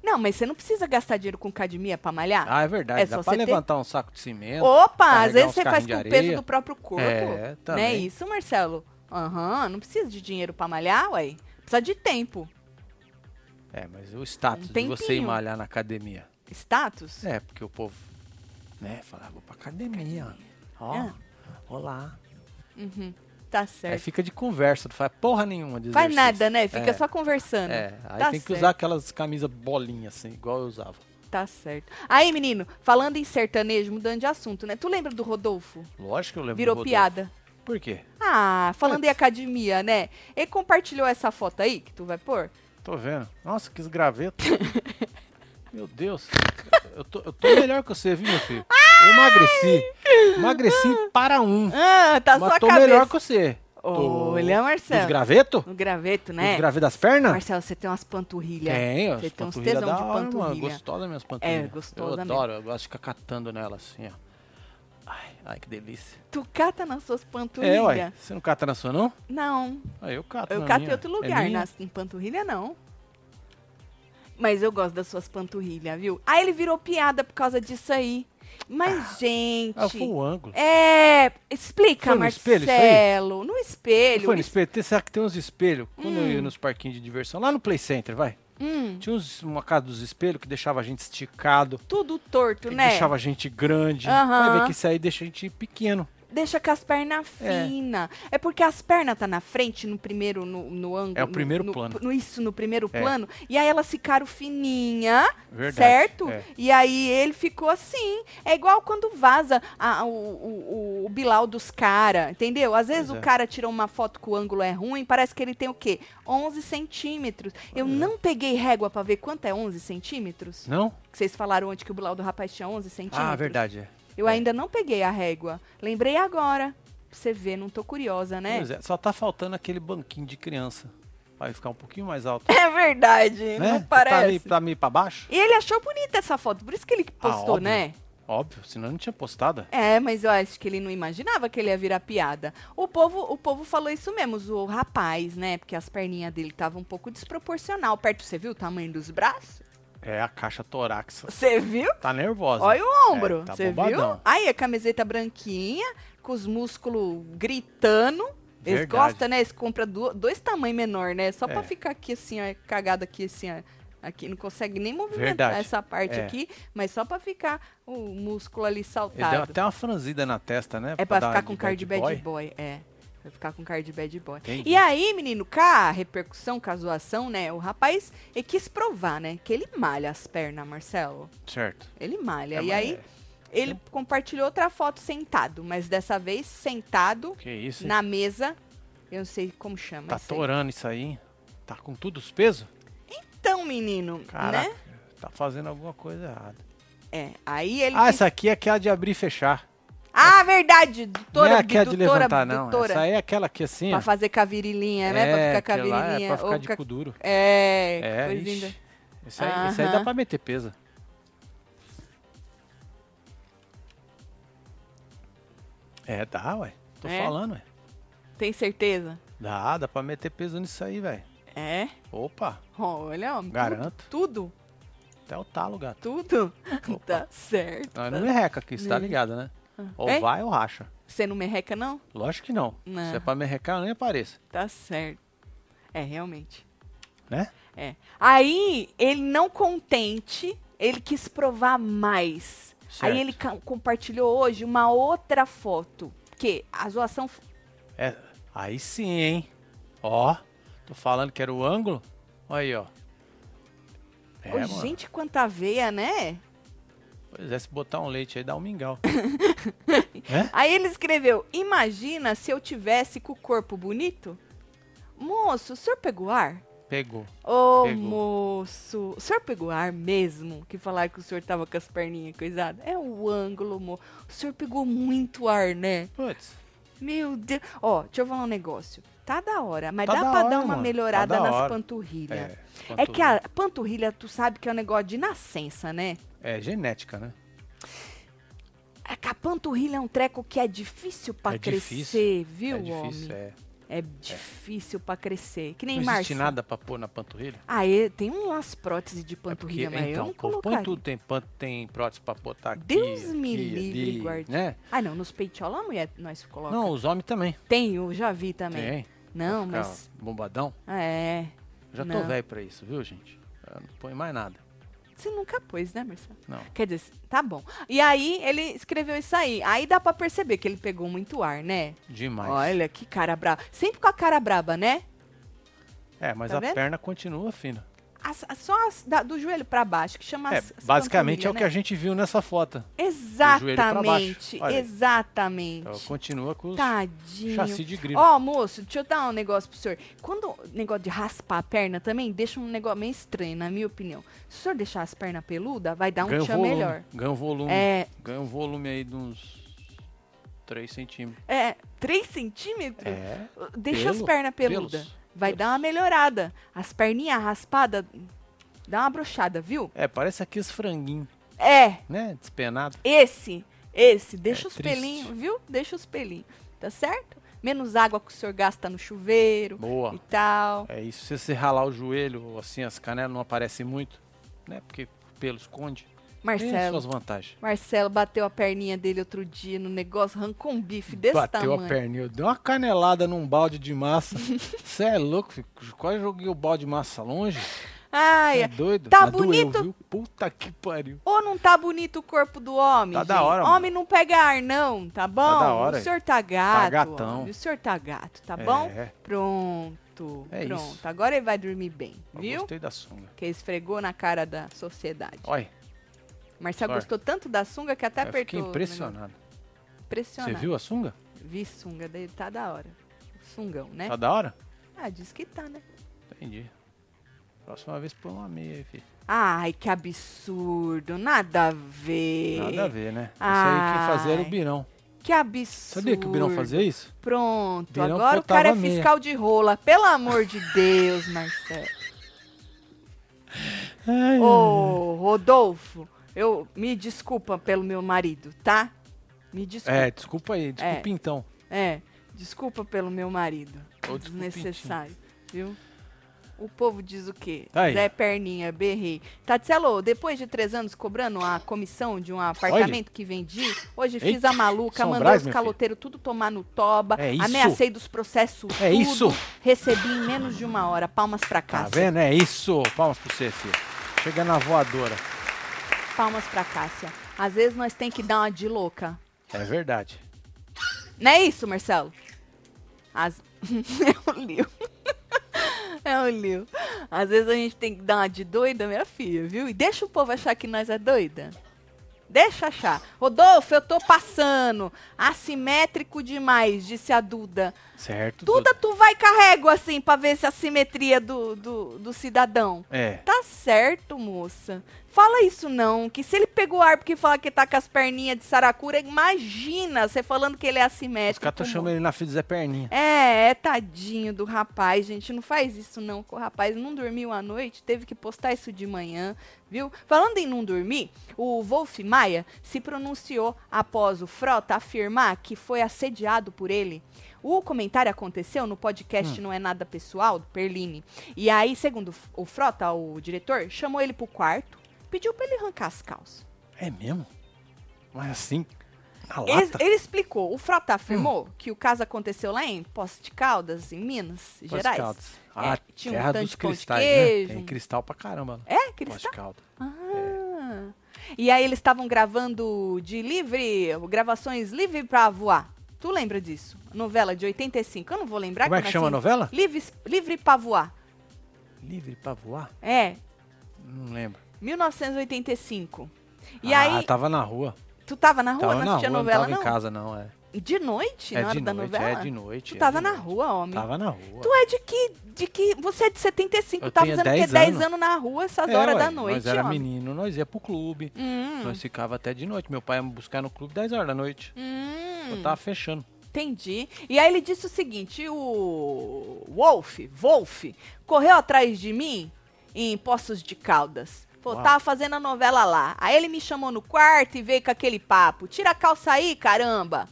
[SPEAKER 2] Não, mas você não precisa gastar dinheiro com academia pra malhar.
[SPEAKER 1] Ah, é verdade.
[SPEAKER 2] É só
[SPEAKER 1] dá pra
[SPEAKER 2] você ter-
[SPEAKER 1] levantar um saco de cimento.
[SPEAKER 2] Opa,
[SPEAKER 1] carregar
[SPEAKER 2] às vezes
[SPEAKER 1] uns
[SPEAKER 2] você faz com
[SPEAKER 1] carrinhos
[SPEAKER 2] o
[SPEAKER 1] de
[SPEAKER 2] peso
[SPEAKER 1] areia.
[SPEAKER 2] do próprio corpo.
[SPEAKER 1] É, também.
[SPEAKER 2] Não é isso, Marcelo? Aham, não precisa de dinheiro pra malhar, ué. Precisa de tempo.
[SPEAKER 1] É, mas o
[SPEAKER 2] Um
[SPEAKER 1] status de
[SPEAKER 2] tempinho.
[SPEAKER 1] você ir malhar na academia.
[SPEAKER 2] Status?
[SPEAKER 1] É, porque o povo, né, fala, "Ah, vou pra academia. Ó,
[SPEAKER 2] Ah.
[SPEAKER 1] olá.
[SPEAKER 2] Uhum, tá certo.
[SPEAKER 1] Aí fica de conversa, não faz porra nenhuma de
[SPEAKER 2] Faz
[SPEAKER 1] exercício.
[SPEAKER 2] nada, né? Fica
[SPEAKER 1] É.
[SPEAKER 2] só conversando.
[SPEAKER 1] É, aí
[SPEAKER 2] Tá
[SPEAKER 1] tem que
[SPEAKER 2] certo.
[SPEAKER 1] usar aquelas camisas bolinhas, assim, igual eu usava.
[SPEAKER 2] Tá certo. Aí, menino, falando em sertanejo, mudando de assunto, né? Tu lembra do Rodolfo?
[SPEAKER 1] Lógico que eu lembro
[SPEAKER 2] Virou
[SPEAKER 1] do Rodolfo.
[SPEAKER 2] piada.
[SPEAKER 1] Por quê?
[SPEAKER 2] Ah, falando em
[SPEAKER 1] Putz.
[SPEAKER 2] academia, né? Ele compartilhou essa foto aí que tu vai pôr?
[SPEAKER 1] Tô vendo. Nossa, que esgraveto. meu Deus. Eu tô, eu tô melhor que você, viu, meu filho? Eu emagreci. Emagreci para um.
[SPEAKER 2] Ah, tá só
[SPEAKER 1] mas
[SPEAKER 2] a
[SPEAKER 1] tô
[SPEAKER 2] cabeça.
[SPEAKER 1] melhor que você. Tô-
[SPEAKER 2] Olha,
[SPEAKER 1] Dos
[SPEAKER 2] Marcelo.
[SPEAKER 1] graveto?
[SPEAKER 2] No graveto,
[SPEAKER 1] Dos
[SPEAKER 2] né?
[SPEAKER 1] gravetos das pernas?
[SPEAKER 2] Marcelo, você tem umas panturrilhas.
[SPEAKER 1] Tem, ó.
[SPEAKER 2] Você
[SPEAKER 1] As
[SPEAKER 2] tem uns
[SPEAKER 1] panturrilhas
[SPEAKER 2] tesão
[SPEAKER 1] da
[SPEAKER 2] de
[SPEAKER 1] hora, mano.
[SPEAKER 2] panturrilha. É,
[SPEAKER 1] Gostosa minhas panturrilhas.
[SPEAKER 2] gostosa
[SPEAKER 1] Eu
[SPEAKER 2] mesmo.
[SPEAKER 1] adoro, eu gosto de ficar catando nela assim, ó. Ai, ai, que delícia.
[SPEAKER 2] Tu cata nas suas
[SPEAKER 1] É, ué.
[SPEAKER 2] panturrilhas?
[SPEAKER 1] Você não cata na sua, não?
[SPEAKER 2] Não,
[SPEAKER 1] Ah, eu cato
[SPEAKER 2] eu
[SPEAKER 1] na
[SPEAKER 2] cato em
[SPEAKER 1] minha.
[SPEAKER 2] outro
[SPEAKER 1] É
[SPEAKER 2] lugar.
[SPEAKER 1] minha?
[SPEAKER 2] nas, em panturrilha, não. Mas eu gosto das suas panturrilhas, viu? Aí ele virou piada por causa disso aí. Mas, gente...
[SPEAKER 1] Ah, foi o ângulo.
[SPEAKER 2] É, explica,
[SPEAKER 1] Foi no espelho isso aí?
[SPEAKER 2] Marcelo. No espelho.
[SPEAKER 1] Foi no
[SPEAKER 2] es-
[SPEAKER 1] espelho. Tem- Será que tem uns espelhos? Quando eu ia nos parquinhos de diversão, lá no Play Center, vai.
[SPEAKER 2] Hum,
[SPEAKER 1] Tinha uns- uma casa dos espelhos que deixava a gente esticado,
[SPEAKER 2] tudo torto,
[SPEAKER 1] que
[SPEAKER 2] né?
[SPEAKER 1] deixava a gente grande.
[SPEAKER 2] Aham.
[SPEAKER 1] Vai ver que isso aí deixa a gente pequeno.
[SPEAKER 2] Deixa com as pernas
[SPEAKER 1] É.
[SPEAKER 2] finas. É. porque as pernas tá na frente, no primeiro, no, no ângulo.
[SPEAKER 1] É o
[SPEAKER 2] no-
[SPEAKER 1] primeiro
[SPEAKER 2] no-
[SPEAKER 1] plano.
[SPEAKER 2] no- isso, no primeiro
[SPEAKER 1] É.
[SPEAKER 2] plano. E aí elas ficaram fininha,
[SPEAKER 1] Verdade,
[SPEAKER 2] certo?
[SPEAKER 1] é.
[SPEAKER 2] E aí ele ficou assim. É igual quando vaza a- o, o, o- o Bilal dos caras, entendeu? Às vezes
[SPEAKER 1] Pois
[SPEAKER 2] o
[SPEAKER 1] é.
[SPEAKER 2] cara tira uma foto que o ângulo é ruim, parece que ele tem o quê? 11 centímetros. Eu
[SPEAKER 1] É.
[SPEAKER 2] não peguei régua pra ver quanto é 11 centímetros.
[SPEAKER 1] Não?
[SPEAKER 2] Que vocês falaram ontem que o Bilal do rapaz tinha 11 centímetros.
[SPEAKER 1] Ah, verdade. é.
[SPEAKER 2] Eu ainda não peguei a régua. Lembrei agora. Pra Você vê, não tô curiosa, né?
[SPEAKER 1] Pois é, só tá faltando aquele banquinho de criança. Vai ficar um pouquinho mais alto.
[SPEAKER 2] É verdade,
[SPEAKER 1] né?
[SPEAKER 2] não parece.
[SPEAKER 1] Tá meio, tá meio pra baixo?
[SPEAKER 2] E ele achou bonita essa foto, por isso que ele postou,
[SPEAKER 1] Ah, óbvio.
[SPEAKER 2] né?
[SPEAKER 1] Óbvio, senão não tinha postado.
[SPEAKER 2] É, mas eu acho que ele não imaginava que ele ia virar piada. O povo, o povo falou isso mesmo, o rapaz, né? Porque as perninhas dele estavam um pouco desproporcional. Perto, você viu o tamanho dos braços?
[SPEAKER 1] É, a caixa torácica
[SPEAKER 2] Você viu?
[SPEAKER 1] tá nervosa.
[SPEAKER 2] Olha o ombro,
[SPEAKER 1] É, tá
[SPEAKER 2] você viu?
[SPEAKER 1] bombadão.
[SPEAKER 2] Aí a camiseta branquinha, com os músculos gritando. Eles
[SPEAKER 1] Verdade.
[SPEAKER 2] gostam, né? Eles compram do- dois tamanhos menor, né? Só pra
[SPEAKER 1] É.
[SPEAKER 2] ficar aqui assim, ó, cagado aqui assim, ó. Aqui não consegue nem movimentar
[SPEAKER 1] Verdade.
[SPEAKER 2] essa parte
[SPEAKER 1] É.
[SPEAKER 2] aqui, mas só pra ficar o músculo ali
[SPEAKER 1] Ele deu
[SPEAKER 2] saltado.
[SPEAKER 1] até uma franzida na testa, né?
[SPEAKER 2] É pra
[SPEAKER 1] dar
[SPEAKER 2] ficar
[SPEAKER 1] de
[SPEAKER 2] com card bad,
[SPEAKER 1] boy.
[SPEAKER 2] boy. é. Pra ficar com card bad boy.
[SPEAKER 1] Entendi.
[SPEAKER 2] E aí, menino, cá, a repercussão, casuação, né? O rapaz ele quis provar, né? Que ele malha as pernas, Marcelo.
[SPEAKER 1] Certo.
[SPEAKER 2] Ele malha.
[SPEAKER 1] É,
[SPEAKER 2] e
[SPEAKER 1] mas
[SPEAKER 2] aí,
[SPEAKER 1] é-
[SPEAKER 2] ele compartilhou outra foto sentado, mas dessa vez sentado
[SPEAKER 1] Que isso, hein?
[SPEAKER 2] na mesa. Eu não sei como chama.
[SPEAKER 1] Tá
[SPEAKER 2] isso aí.
[SPEAKER 1] torando isso aí, hein? Tá com tudo os pesos?
[SPEAKER 2] Então, menino,
[SPEAKER 1] Caraca,
[SPEAKER 2] né?
[SPEAKER 1] tá fazendo alguma coisa errada.
[SPEAKER 2] É. Aí ele.
[SPEAKER 1] Ah,
[SPEAKER 2] quis-
[SPEAKER 1] essa aqui é aquela de abrir e fechar.
[SPEAKER 2] Ah, verdade! Doutora,
[SPEAKER 1] não é aquela de
[SPEAKER 2] abdutora,
[SPEAKER 1] levantar, não.
[SPEAKER 2] abdutora.
[SPEAKER 1] Essa aí é aquela aqui assim, ó.
[SPEAKER 2] Pra fazer com a virilinha, né? Pra ficar com a
[SPEAKER 1] aquela lá
[SPEAKER 2] virilinha.
[SPEAKER 1] É, pra
[SPEAKER 2] ou
[SPEAKER 1] ficar de
[SPEAKER 2] com a-
[SPEAKER 1] cu duro.
[SPEAKER 2] É, que
[SPEAKER 1] É,
[SPEAKER 2] coisa
[SPEAKER 1] ixi.
[SPEAKER 2] linda.
[SPEAKER 1] Esse aí, esse aí
[SPEAKER 2] Aham.
[SPEAKER 1] dá pra meter peso. É, dá, ué. Tô
[SPEAKER 2] É?
[SPEAKER 1] falando, ué.
[SPEAKER 2] Tem certeza?
[SPEAKER 1] Dá, dá pra meter peso nisso aí, velho.
[SPEAKER 2] É?
[SPEAKER 1] Opa,
[SPEAKER 2] Olha, homem.
[SPEAKER 1] Garanto.
[SPEAKER 2] Tudo,
[SPEAKER 1] até o talo, gato.
[SPEAKER 2] tudo, tudo.
[SPEAKER 1] Opa.
[SPEAKER 2] tá certo.
[SPEAKER 1] Nós não merreca aqui, você tá ligado, né? Ou
[SPEAKER 2] Hum. É?
[SPEAKER 1] vai ou racha.
[SPEAKER 2] Você não merreca, não?
[SPEAKER 1] Lógico que não.
[SPEAKER 2] Não.
[SPEAKER 1] Se é pra merrecar, eu nem apareço,
[SPEAKER 2] Tá certo. É, realmente.
[SPEAKER 1] né?
[SPEAKER 2] É. Aí, ele não contente, ele quis provar mais.
[SPEAKER 1] Certo.
[SPEAKER 2] Aí ele ca- compartilhou hoje uma outra foto. Porque a zoação. f-
[SPEAKER 1] É, aí sim, hein? Ó, tô falando que era o ângulo. Olha aí, ó. É,
[SPEAKER 2] Ô,
[SPEAKER 1] mano.
[SPEAKER 2] gente, quanta veia, né?
[SPEAKER 1] Pois é, se botar um leite aí, dá um mingau. né?
[SPEAKER 2] Aí ele escreveu: Imagina se eu tivesse com o corpo bonito? Moço, o senhor pegou ar?
[SPEAKER 1] Pegou.
[SPEAKER 2] Ô,
[SPEAKER 1] Pegou.
[SPEAKER 2] moço, o senhor pegou ar mesmo? Que falaram que o senhor tava com as perninhas coisadas? É o ângulo, moço. O senhor pegou muito ar, né?
[SPEAKER 1] Putz,
[SPEAKER 2] Meu Deus. Ó, deixa eu falar um negócio. Tá da hora, mas
[SPEAKER 1] Tá
[SPEAKER 2] dá
[SPEAKER 1] da
[SPEAKER 2] pra dar
[SPEAKER 1] hora,
[SPEAKER 2] uma
[SPEAKER 1] mano.
[SPEAKER 2] melhorada
[SPEAKER 1] Tá da
[SPEAKER 2] nas
[SPEAKER 1] hora.
[SPEAKER 2] panturrilhas.
[SPEAKER 1] é.
[SPEAKER 2] É que a panturrilha, tu sabe que é um negócio de nascença, né?
[SPEAKER 1] É genética, né?
[SPEAKER 2] É que a panturrilha é um treco que é difícil pra
[SPEAKER 1] É
[SPEAKER 2] crescer,
[SPEAKER 1] difícil.
[SPEAKER 2] viu,
[SPEAKER 1] é difícil,
[SPEAKER 2] homem?
[SPEAKER 1] é.
[SPEAKER 2] É, difícil pra crescer. Que nem
[SPEAKER 1] Não existe
[SPEAKER 2] Márcio.
[SPEAKER 1] nada pra pôr na panturrilha?
[SPEAKER 2] Ah, é, tem umas próteses de
[SPEAKER 1] É porque,
[SPEAKER 2] panturrilha, mas eu
[SPEAKER 1] então,
[SPEAKER 2] não
[SPEAKER 1] pô,
[SPEAKER 2] colocaria.
[SPEAKER 1] põe tudo, tem, pan- tem prótese pra botar aqui,
[SPEAKER 2] Deus
[SPEAKER 1] aqui,
[SPEAKER 2] me livre,
[SPEAKER 1] ali,
[SPEAKER 2] guarde.
[SPEAKER 1] né?
[SPEAKER 2] Ah, não, nos peitiola a mulher nós coloca.
[SPEAKER 1] Não, os homens também.
[SPEAKER 2] Tem, eu já vi também.
[SPEAKER 1] Tem.
[SPEAKER 2] Não,
[SPEAKER 1] Pra ficar
[SPEAKER 2] mas.
[SPEAKER 1] Bombadão.
[SPEAKER 2] É.
[SPEAKER 1] Já tô
[SPEAKER 2] Não.
[SPEAKER 1] velho pra isso, viu, gente? Eu não põe mais nada.
[SPEAKER 2] Você nunca pôs, né, Marcelo?
[SPEAKER 1] Não.
[SPEAKER 2] Quer dizer, tá bom. E aí ele escreveu isso aí. Aí dá pra perceber que ele pegou muito ar, né?
[SPEAKER 1] Demais.
[SPEAKER 2] Olha que cara braba. Sempre com a cara braba, né?
[SPEAKER 1] é, mas
[SPEAKER 2] tá
[SPEAKER 1] a
[SPEAKER 2] vendo?
[SPEAKER 1] perna continua fina.
[SPEAKER 2] As- as- só as da- do joelho pra baixo, que chama
[SPEAKER 1] é,
[SPEAKER 2] as- né? as
[SPEAKER 1] basicamente é o que a
[SPEAKER 2] panturrilha,
[SPEAKER 1] gente viu nessa foto.
[SPEAKER 2] né?
[SPEAKER 1] joelho pra baixo.
[SPEAKER 2] Exatamente,
[SPEAKER 1] Olha aí.
[SPEAKER 2] exatamente.
[SPEAKER 1] Então, continua com os
[SPEAKER 2] Tá. Tadinho.
[SPEAKER 1] chassi de grilo.
[SPEAKER 2] Ó, moço, deixa eu dar um negócio pro senhor. Quando o negócio de raspar a perna também, deixa um negócio meio estranho, na minha opinião. Se o senhor deixar as pernas peludas, vai dar um
[SPEAKER 1] ganha um
[SPEAKER 2] tchan
[SPEAKER 1] volume.
[SPEAKER 2] melhor.
[SPEAKER 1] Ganha um volume.
[SPEAKER 2] É,
[SPEAKER 1] Ganha um volume aí de uns 3 centímetros.
[SPEAKER 2] é, 3 centímetros?
[SPEAKER 1] É.
[SPEAKER 2] Deixa as
[SPEAKER 1] pelo,
[SPEAKER 2] pernas peludas.
[SPEAKER 1] pelos,
[SPEAKER 2] Vai
[SPEAKER 1] pelos.
[SPEAKER 2] dar uma melhorada. As perninhas raspadas, dá uma brochada, viu?
[SPEAKER 1] É, parece aqueles franguinhos,
[SPEAKER 2] É,
[SPEAKER 1] né? Despenado.
[SPEAKER 2] esse, esse. Deixa
[SPEAKER 1] É
[SPEAKER 2] os
[SPEAKER 1] triste.
[SPEAKER 2] pelinhos, viu? Deixa os pelinhos, tá certo? Menos água que o senhor gasta no chuveiro
[SPEAKER 1] Boa.
[SPEAKER 2] e tal.
[SPEAKER 1] É isso. Se você ralar o joelho, assim, as canelas não aparecem muito, né? Porque o pelo esconde. Tem
[SPEAKER 2] Marcelo,
[SPEAKER 1] suas vantagens.
[SPEAKER 2] Marcelo bateu a perninha dele outro dia no negócio, arrancou um bife desse
[SPEAKER 1] Bateu
[SPEAKER 2] tamanho.
[SPEAKER 1] a perna, eu dei uma canelada num balde de massa. Você é louco, filho. quase joguei o balde de massa longe.
[SPEAKER 2] Ai,
[SPEAKER 1] É doido?
[SPEAKER 2] Tá
[SPEAKER 1] Mas doeu,
[SPEAKER 2] bonito?
[SPEAKER 1] viu? Puta que pariu.
[SPEAKER 2] Ou não tá bonito o corpo do homem?
[SPEAKER 1] Tá da
[SPEAKER 2] gente?
[SPEAKER 1] hora, mano.
[SPEAKER 2] Homem não pega ar, não, tá bom?
[SPEAKER 1] da hora,
[SPEAKER 2] O senhor tá gato.
[SPEAKER 1] gatão.
[SPEAKER 2] homem, O senhor tá gato, tá bom?
[SPEAKER 1] É,
[SPEAKER 2] Pronto.
[SPEAKER 1] É
[SPEAKER 2] pronto.
[SPEAKER 1] isso.
[SPEAKER 2] Agora ele vai dormir bem,
[SPEAKER 1] eu
[SPEAKER 2] viu?
[SPEAKER 1] gostei da sunga.
[SPEAKER 2] Que esfregou na cara da sociedade.
[SPEAKER 1] Olha,
[SPEAKER 2] Marcelo
[SPEAKER 1] sorte.
[SPEAKER 2] gostou tanto da sunga que até
[SPEAKER 1] eu
[SPEAKER 2] Tá
[SPEAKER 1] fiquei
[SPEAKER 2] apertou. né? o
[SPEAKER 1] impressionado.
[SPEAKER 2] negócio.
[SPEAKER 1] Você
[SPEAKER 2] Impressionado.
[SPEAKER 1] viu a sunga?
[SPEAKER 2] Vi sunga dele, tá da hora. Sungão, né?
[SPEAKER 1] Tá da hora?
[SPEAKER 2] Ah, diz que tá, né?
[SPEAKER 1] Entendi. Próxima vez põe uma meia aí, filho.
[SPEAKER 2] Ai, que absurdo. Nada a ver.
[SPEAKER 1] Nada a ver, né? Isso aí quem fazia era
[SPEAKER 2] Ah, Ai.
[SPEAKER 1] o Birão.
[SPEAKER 2] Que absurdo.
[SPEAKER 1] Sabia que o Birão fazia isso?
[SPEAKER 2] Pronto,
[SPEAKER 1] Birão
[SPEAKER 2] agora o cara é
[SPEAKER 1] botava meia.
[SPEAKER 2] fiscal de rola. Pelo amor de Deus, Marcelo.
[SPEAKER 1] Ai,
[SPEAKER 2] Ô, Rodolfo, eu me desculpa pelo meu marido, tá? Me desculpa.
[SPEAKER 1] É, desculpa aí, desculpa então.
[SPEAKER 2] É, desculpa pelo meu marido.
[SPEAKER 1] Ô,
[SPEAKER 2] Desnecessário, viu? O povo diz o quê?
[SPEAKER 1] Tá aí.
[SPEAKER 2] Zé Perninha, berrei. Tatselo, depois de três anos cobrando a comissão de um apartamento que vendi, hoje fiz
[SPEAKER 1] Eita,
[SPEAKER 2] a maluca,
[SPEAKER 1] São
[SPEAKER 2] mandei
[SPEAKER 1] Brás,
[SPEAKER 2] os
[SPEAKER 1] meu
[SPEAKER 2] caloteiros tudo tomar no toba,
[SPEAKER 1] É isso.
[SPEAKER 2] ameacei dos processos
[SPEAKER 1] É
[SPEAKER 2] tudo,
[SPEAKER 1] isso.
[SPEAKER 2] recebi em menos de uma hora. Palmas pra
[SPEAKER 1] Tá
[SPEAKER 2] Cássia.
[SPEAKER 1] vendo? É isso. Palmas pra você, filho. Chega na voadora.
[SPEAKER 2] Palmas pra Cássia. Às vezes nós tem que dar uma de louca.
[SPEAKER 1] É verdade.
[SPEAKER 2] Não é isso, Marcelo? As... é o Liu. é o Liu. Às vezes a gente tem que dar uma de doida, minha filha, viu? E deixa o povo achar que nós é doida. Deixa achar. Rodolfo, eu tô passando. Assimétrico demais, disse a Duda.
[SPEAKER 1] Certo?
[SPEAKER 2] Duda, tu vai carrego assim pra ver se a simetria do, do, do cidadão.
[SPEAKER 1] É.
[SPEAKER 2] Tá certo, moça. Fala isso não, que se ele pegou ar porque fala que tá com as perninhas de saracura, imagina você falando que ele é
[SPEAKER 1] Os
[SPEAKER 2] assimétrico.
[SPEAKER 1] caras estão
[SPEAKER 2] moça.
[SPEAKER 1] chamando ele na filha do Zé Perninha.
[SPEAKER 2] É, é tadinho do rapaz, gente. Não faz isso não, que o rapaz não dormiu à noite, teve que postar isso de manhã, viu? Falando em não dormir, o Wolf Maia se pronunciou após o Frota afirmar que foi assediado por ele. O comentário aconteceu no
[SPEAKER 1] Hum.
[SPEAKER 2] podcast Não É Nada Pessoal, do Perline. E aí, segundo o Frota, o diretor, chamou ele pro quarto, pediu pra ele arrancar as calças.
[SPEAKER 1] É mesmo? Mas assim, na
[SPEAKER 2] Ele,
[SPEAKER 1] lata? Hum.
[SPEAKER 2] ele explicou. O Frota afirmou que o caso aconteceu lá em Poços de Caldas, em Minas
[SPEAKER 1] Pós
[SPEAKER 2] Gerais.
[SPEAKER 1] Caldas. Ah,
[SPEAKER 2] tinha um
[SPEAKER 1] terra
[SPEAKER 2] tanto
[SPEAKER 1] dos
[SPEAKER 2] de pão de
[SPEAKER 1] cristais,
[SPEAKER 2] queijo.
[SPEAKER 1] né? Tem cristal pra caramba. né? lá.
[SPEAKER 2] É, que eles
[SPEAKER 1] Pós Caldas.
[SPEAKER 2] Ah. E aí eles estavam gravando de livre, gravações livre pra voar. Tu lembra disso? Novela de 85. Eu não vou lembrar. assim.
[SPEAKER 1] Como é que chama a novela?
[SPEAKER 2] Livre, livre pra voar.
[SPEAKER 1] Livre pra voar?
[SPEAKER 2] É,
[SPEAKER 1] Não lembro.
[SPEAKER 2] 1985. E
[SPEAKER 1] ah,
[SPEAKER 2] aí,
[SPEAKER 1] tava na rua.
[SPEAKER 2] tu tava na rua,
[SPEAKER 1] tava
[SPEAKER 2] não
[SPEAKER 1] na rua,
[SPEAKER 2] assistia
[SPEAKER 1] não
[SPEAKER 2] novela,
[SPEAKER 1] tava
[SPEAKER 2] não?
[SPEAKER 1] em casa, não. É,
[SPEAKER 2] De noite,
[SPEAKER 1] é
[SPEAKER 2] na hora
[SPEAKER 1] de
[SPEAKER 2] da
[SPEAKER 1] noite,
[SPEAKER 2] novela?
[SPEAKER 1] é de noite.
[SPEAKER 2] Tu
[SPEAKER 1] é
[SPEAKER 2] tava
[SPEAKER 1] de
[SPEAKER 2] na
[SPEAKER 1] noite.
[SPEAKER 2] rua, homem.
[SPEAKER 1] Tava na rua.
[SPEAKER 2] Tu é de que, de que. Você é de 75,
[SPEAKER 1] Eu
[SPEAKER 2] tá
[SPEAKER 1] tinha
[SPEAKER 2] fazendo o quê?
[SPEAKER 1] 10
[SPEAKER 2] 10
[SPEAKER 1] anos.
[SPEAKER 2] anos na rua essas
[SPEAKER 1] É,
[SPEAKER 2] horas
[SPEAKER 1] ué,
[SPEAKER 2] da noite,
[SPEAKER 1] Nós era
[SPEAKER 2] homem.
[SPEAKER 1] menino, nós ia pro clube.
[SPEAKER 2] Hum,
[SPEAKER 1] Nós ficava até de noite. Meu pai ia me buscar no clube 10 horas da noite.
[SPEAKER 2] hum.
[SPEAKER 1] Eu tava fechando.
[SPEAKER 2] Entendi. E aí ele disse o seguinte: o Wolf, Wolf, correu atrás de mim em Poços de Caldas. Pô,
[SPEAKER 1] Uau.
[SPEAKER 2] tava fazendo a novela lá. Aí ele me chamou no quarto e veio com aquele papo: tira a calça aí, caramba.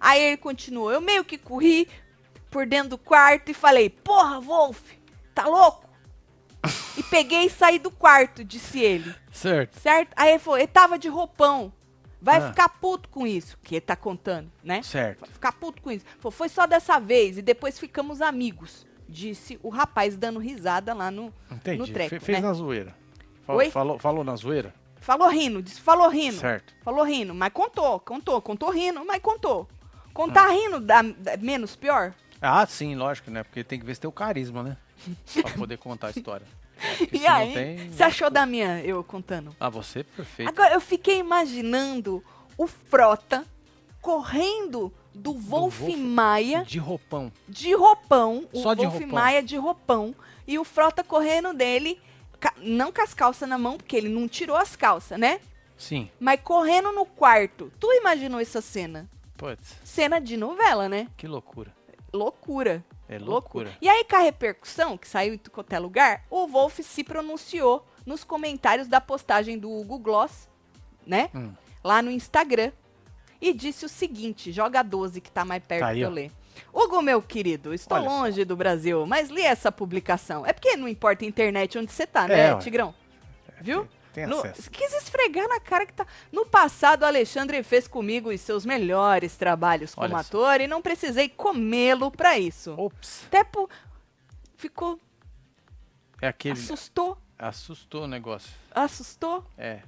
[SPEAKER 2] Aí ele continuou. Eu meio que corri por dentro do quarto e falei: porra, Wolf, tá louco? e peguei e saí do quarto, disse ele
[SPEAKER 1] Certo.
[SPEAKER 2] certo? Aí ele falou, ele tava de roupão. Vai
[SPEAKER 1] Ah.
[SPEAKER 2] ficar puto com isso, que ele tá contando, né?
[SPEAKER 1] Certo.
[SPEAKER 2] Vai ficar puto com isso. Falou, foi só dessa vez e depois ficamos amigos, disse o rapaz dando risada lá no... No
[SPEAKER 1] Entendi.
[SPEAKER 2] treco,
[SPEAKER 1] Fe- fez
[SPEAKER 2] né?
[SPEAKER 1] na zoeira. Fal-
[SPEAKER 2] Oi?
[SPEAKER 1] Falou, falou na zoeira?
[SPEAKER 2] Falou rindo, disse, falou rindo.
[SPEAKER 1] Certo.
[SPEAKER 2] Falou rindo, mas contou, contou, contou rindo, mas contou. Contar rindo dá, dá menos pior?
[SPEAKER 1] Ah, sim, lógico, né? Porque tem que ver se tem o carisma, né? Pra poder contar a história. É, Porque se
[SPEAKER 2] e
[SPEAKER 1] não
[SPEAKER 2] aí,
[SPEAKER 1] tem-
[SPEAKER 2] você achou da minha, eu contando?
[SPEAKER 1] Ah, você é perfeito.
[SPEAKER 2] Agora, eu fiquei imaginando o Frota correndo do Wolf,
[SPEAKER 1] Wolf.
[SPEAKER 2] Maia
[SPEAKER 1] De roupão.
[SPEAKER 2] de roupão, o
[SPEAKER 1] Só de
[SPEAKER 2] Wolf
[SPEAKER 1] roupão.
[SPEAKER 2] Maia de roupão, e o Frota correndo dele, ca- não com as calças na mão, porque ele não tirou as calças, né?
[SPEAKER 1] Sim.
[SPEAKER 2] Mas correndo no quarto. Tu imaginou essa cena?
[SPEAKER 1] Putz,
[SPEAKER 2] Cena de novela, né?
[SPEAKER 1] que loucura.
[SPEAKER 2] Loucura.
[SPEAKER 1] É loucura.
[SPEAKER 2] E aí, com a repercussão, que saiu em tudo quanto é lugar, o Wolf se pronunciou nos comentários da postagem do Hugo Gloss, né?
[SPEAKER 1] Hum.
[SPEAKER 2] Lá no Instagram. E disse o seguinte: joga 12 que tá mais perto
[SPEAKER 1] Tá aí,
[SPEAKER 2] pra eu
[SPEAKER 1] ó.
[SPEAKER 2] ler. Hugo, meu querido, estou
[SPEAKER 1] Olha só.
[SPEAKER 2] longe do Brasil, mas li essa publicação. É porque não importa a internet onde você tá, né,
[SPEAKER 1] É, ué. É,
[SPEAKER 2] Tigrão? Viu?
[SPEAKER 1] Tem
[SPEAKER 2] No-
[SPEAKER 1] acesso.
[SPEAKER 2] quis esfregar na cara que tá. No passado, Alexandre fez comigo os seus melhores trabalhos como
[SPEAKER 1] Olha só.
[SPEAKER 2] ator e não precisei comê-lo pra isso.
[SPEAKER 1] Ops.
[SPEAKER 2] Até por... Ficou
[SPEAKER 1] É aquele.
[SPEAKER 2] Assustou,
[SPEAKER 1] Assustou o negócio.
[SPEAKER 2] assustou.
[SPEAKER 1] É.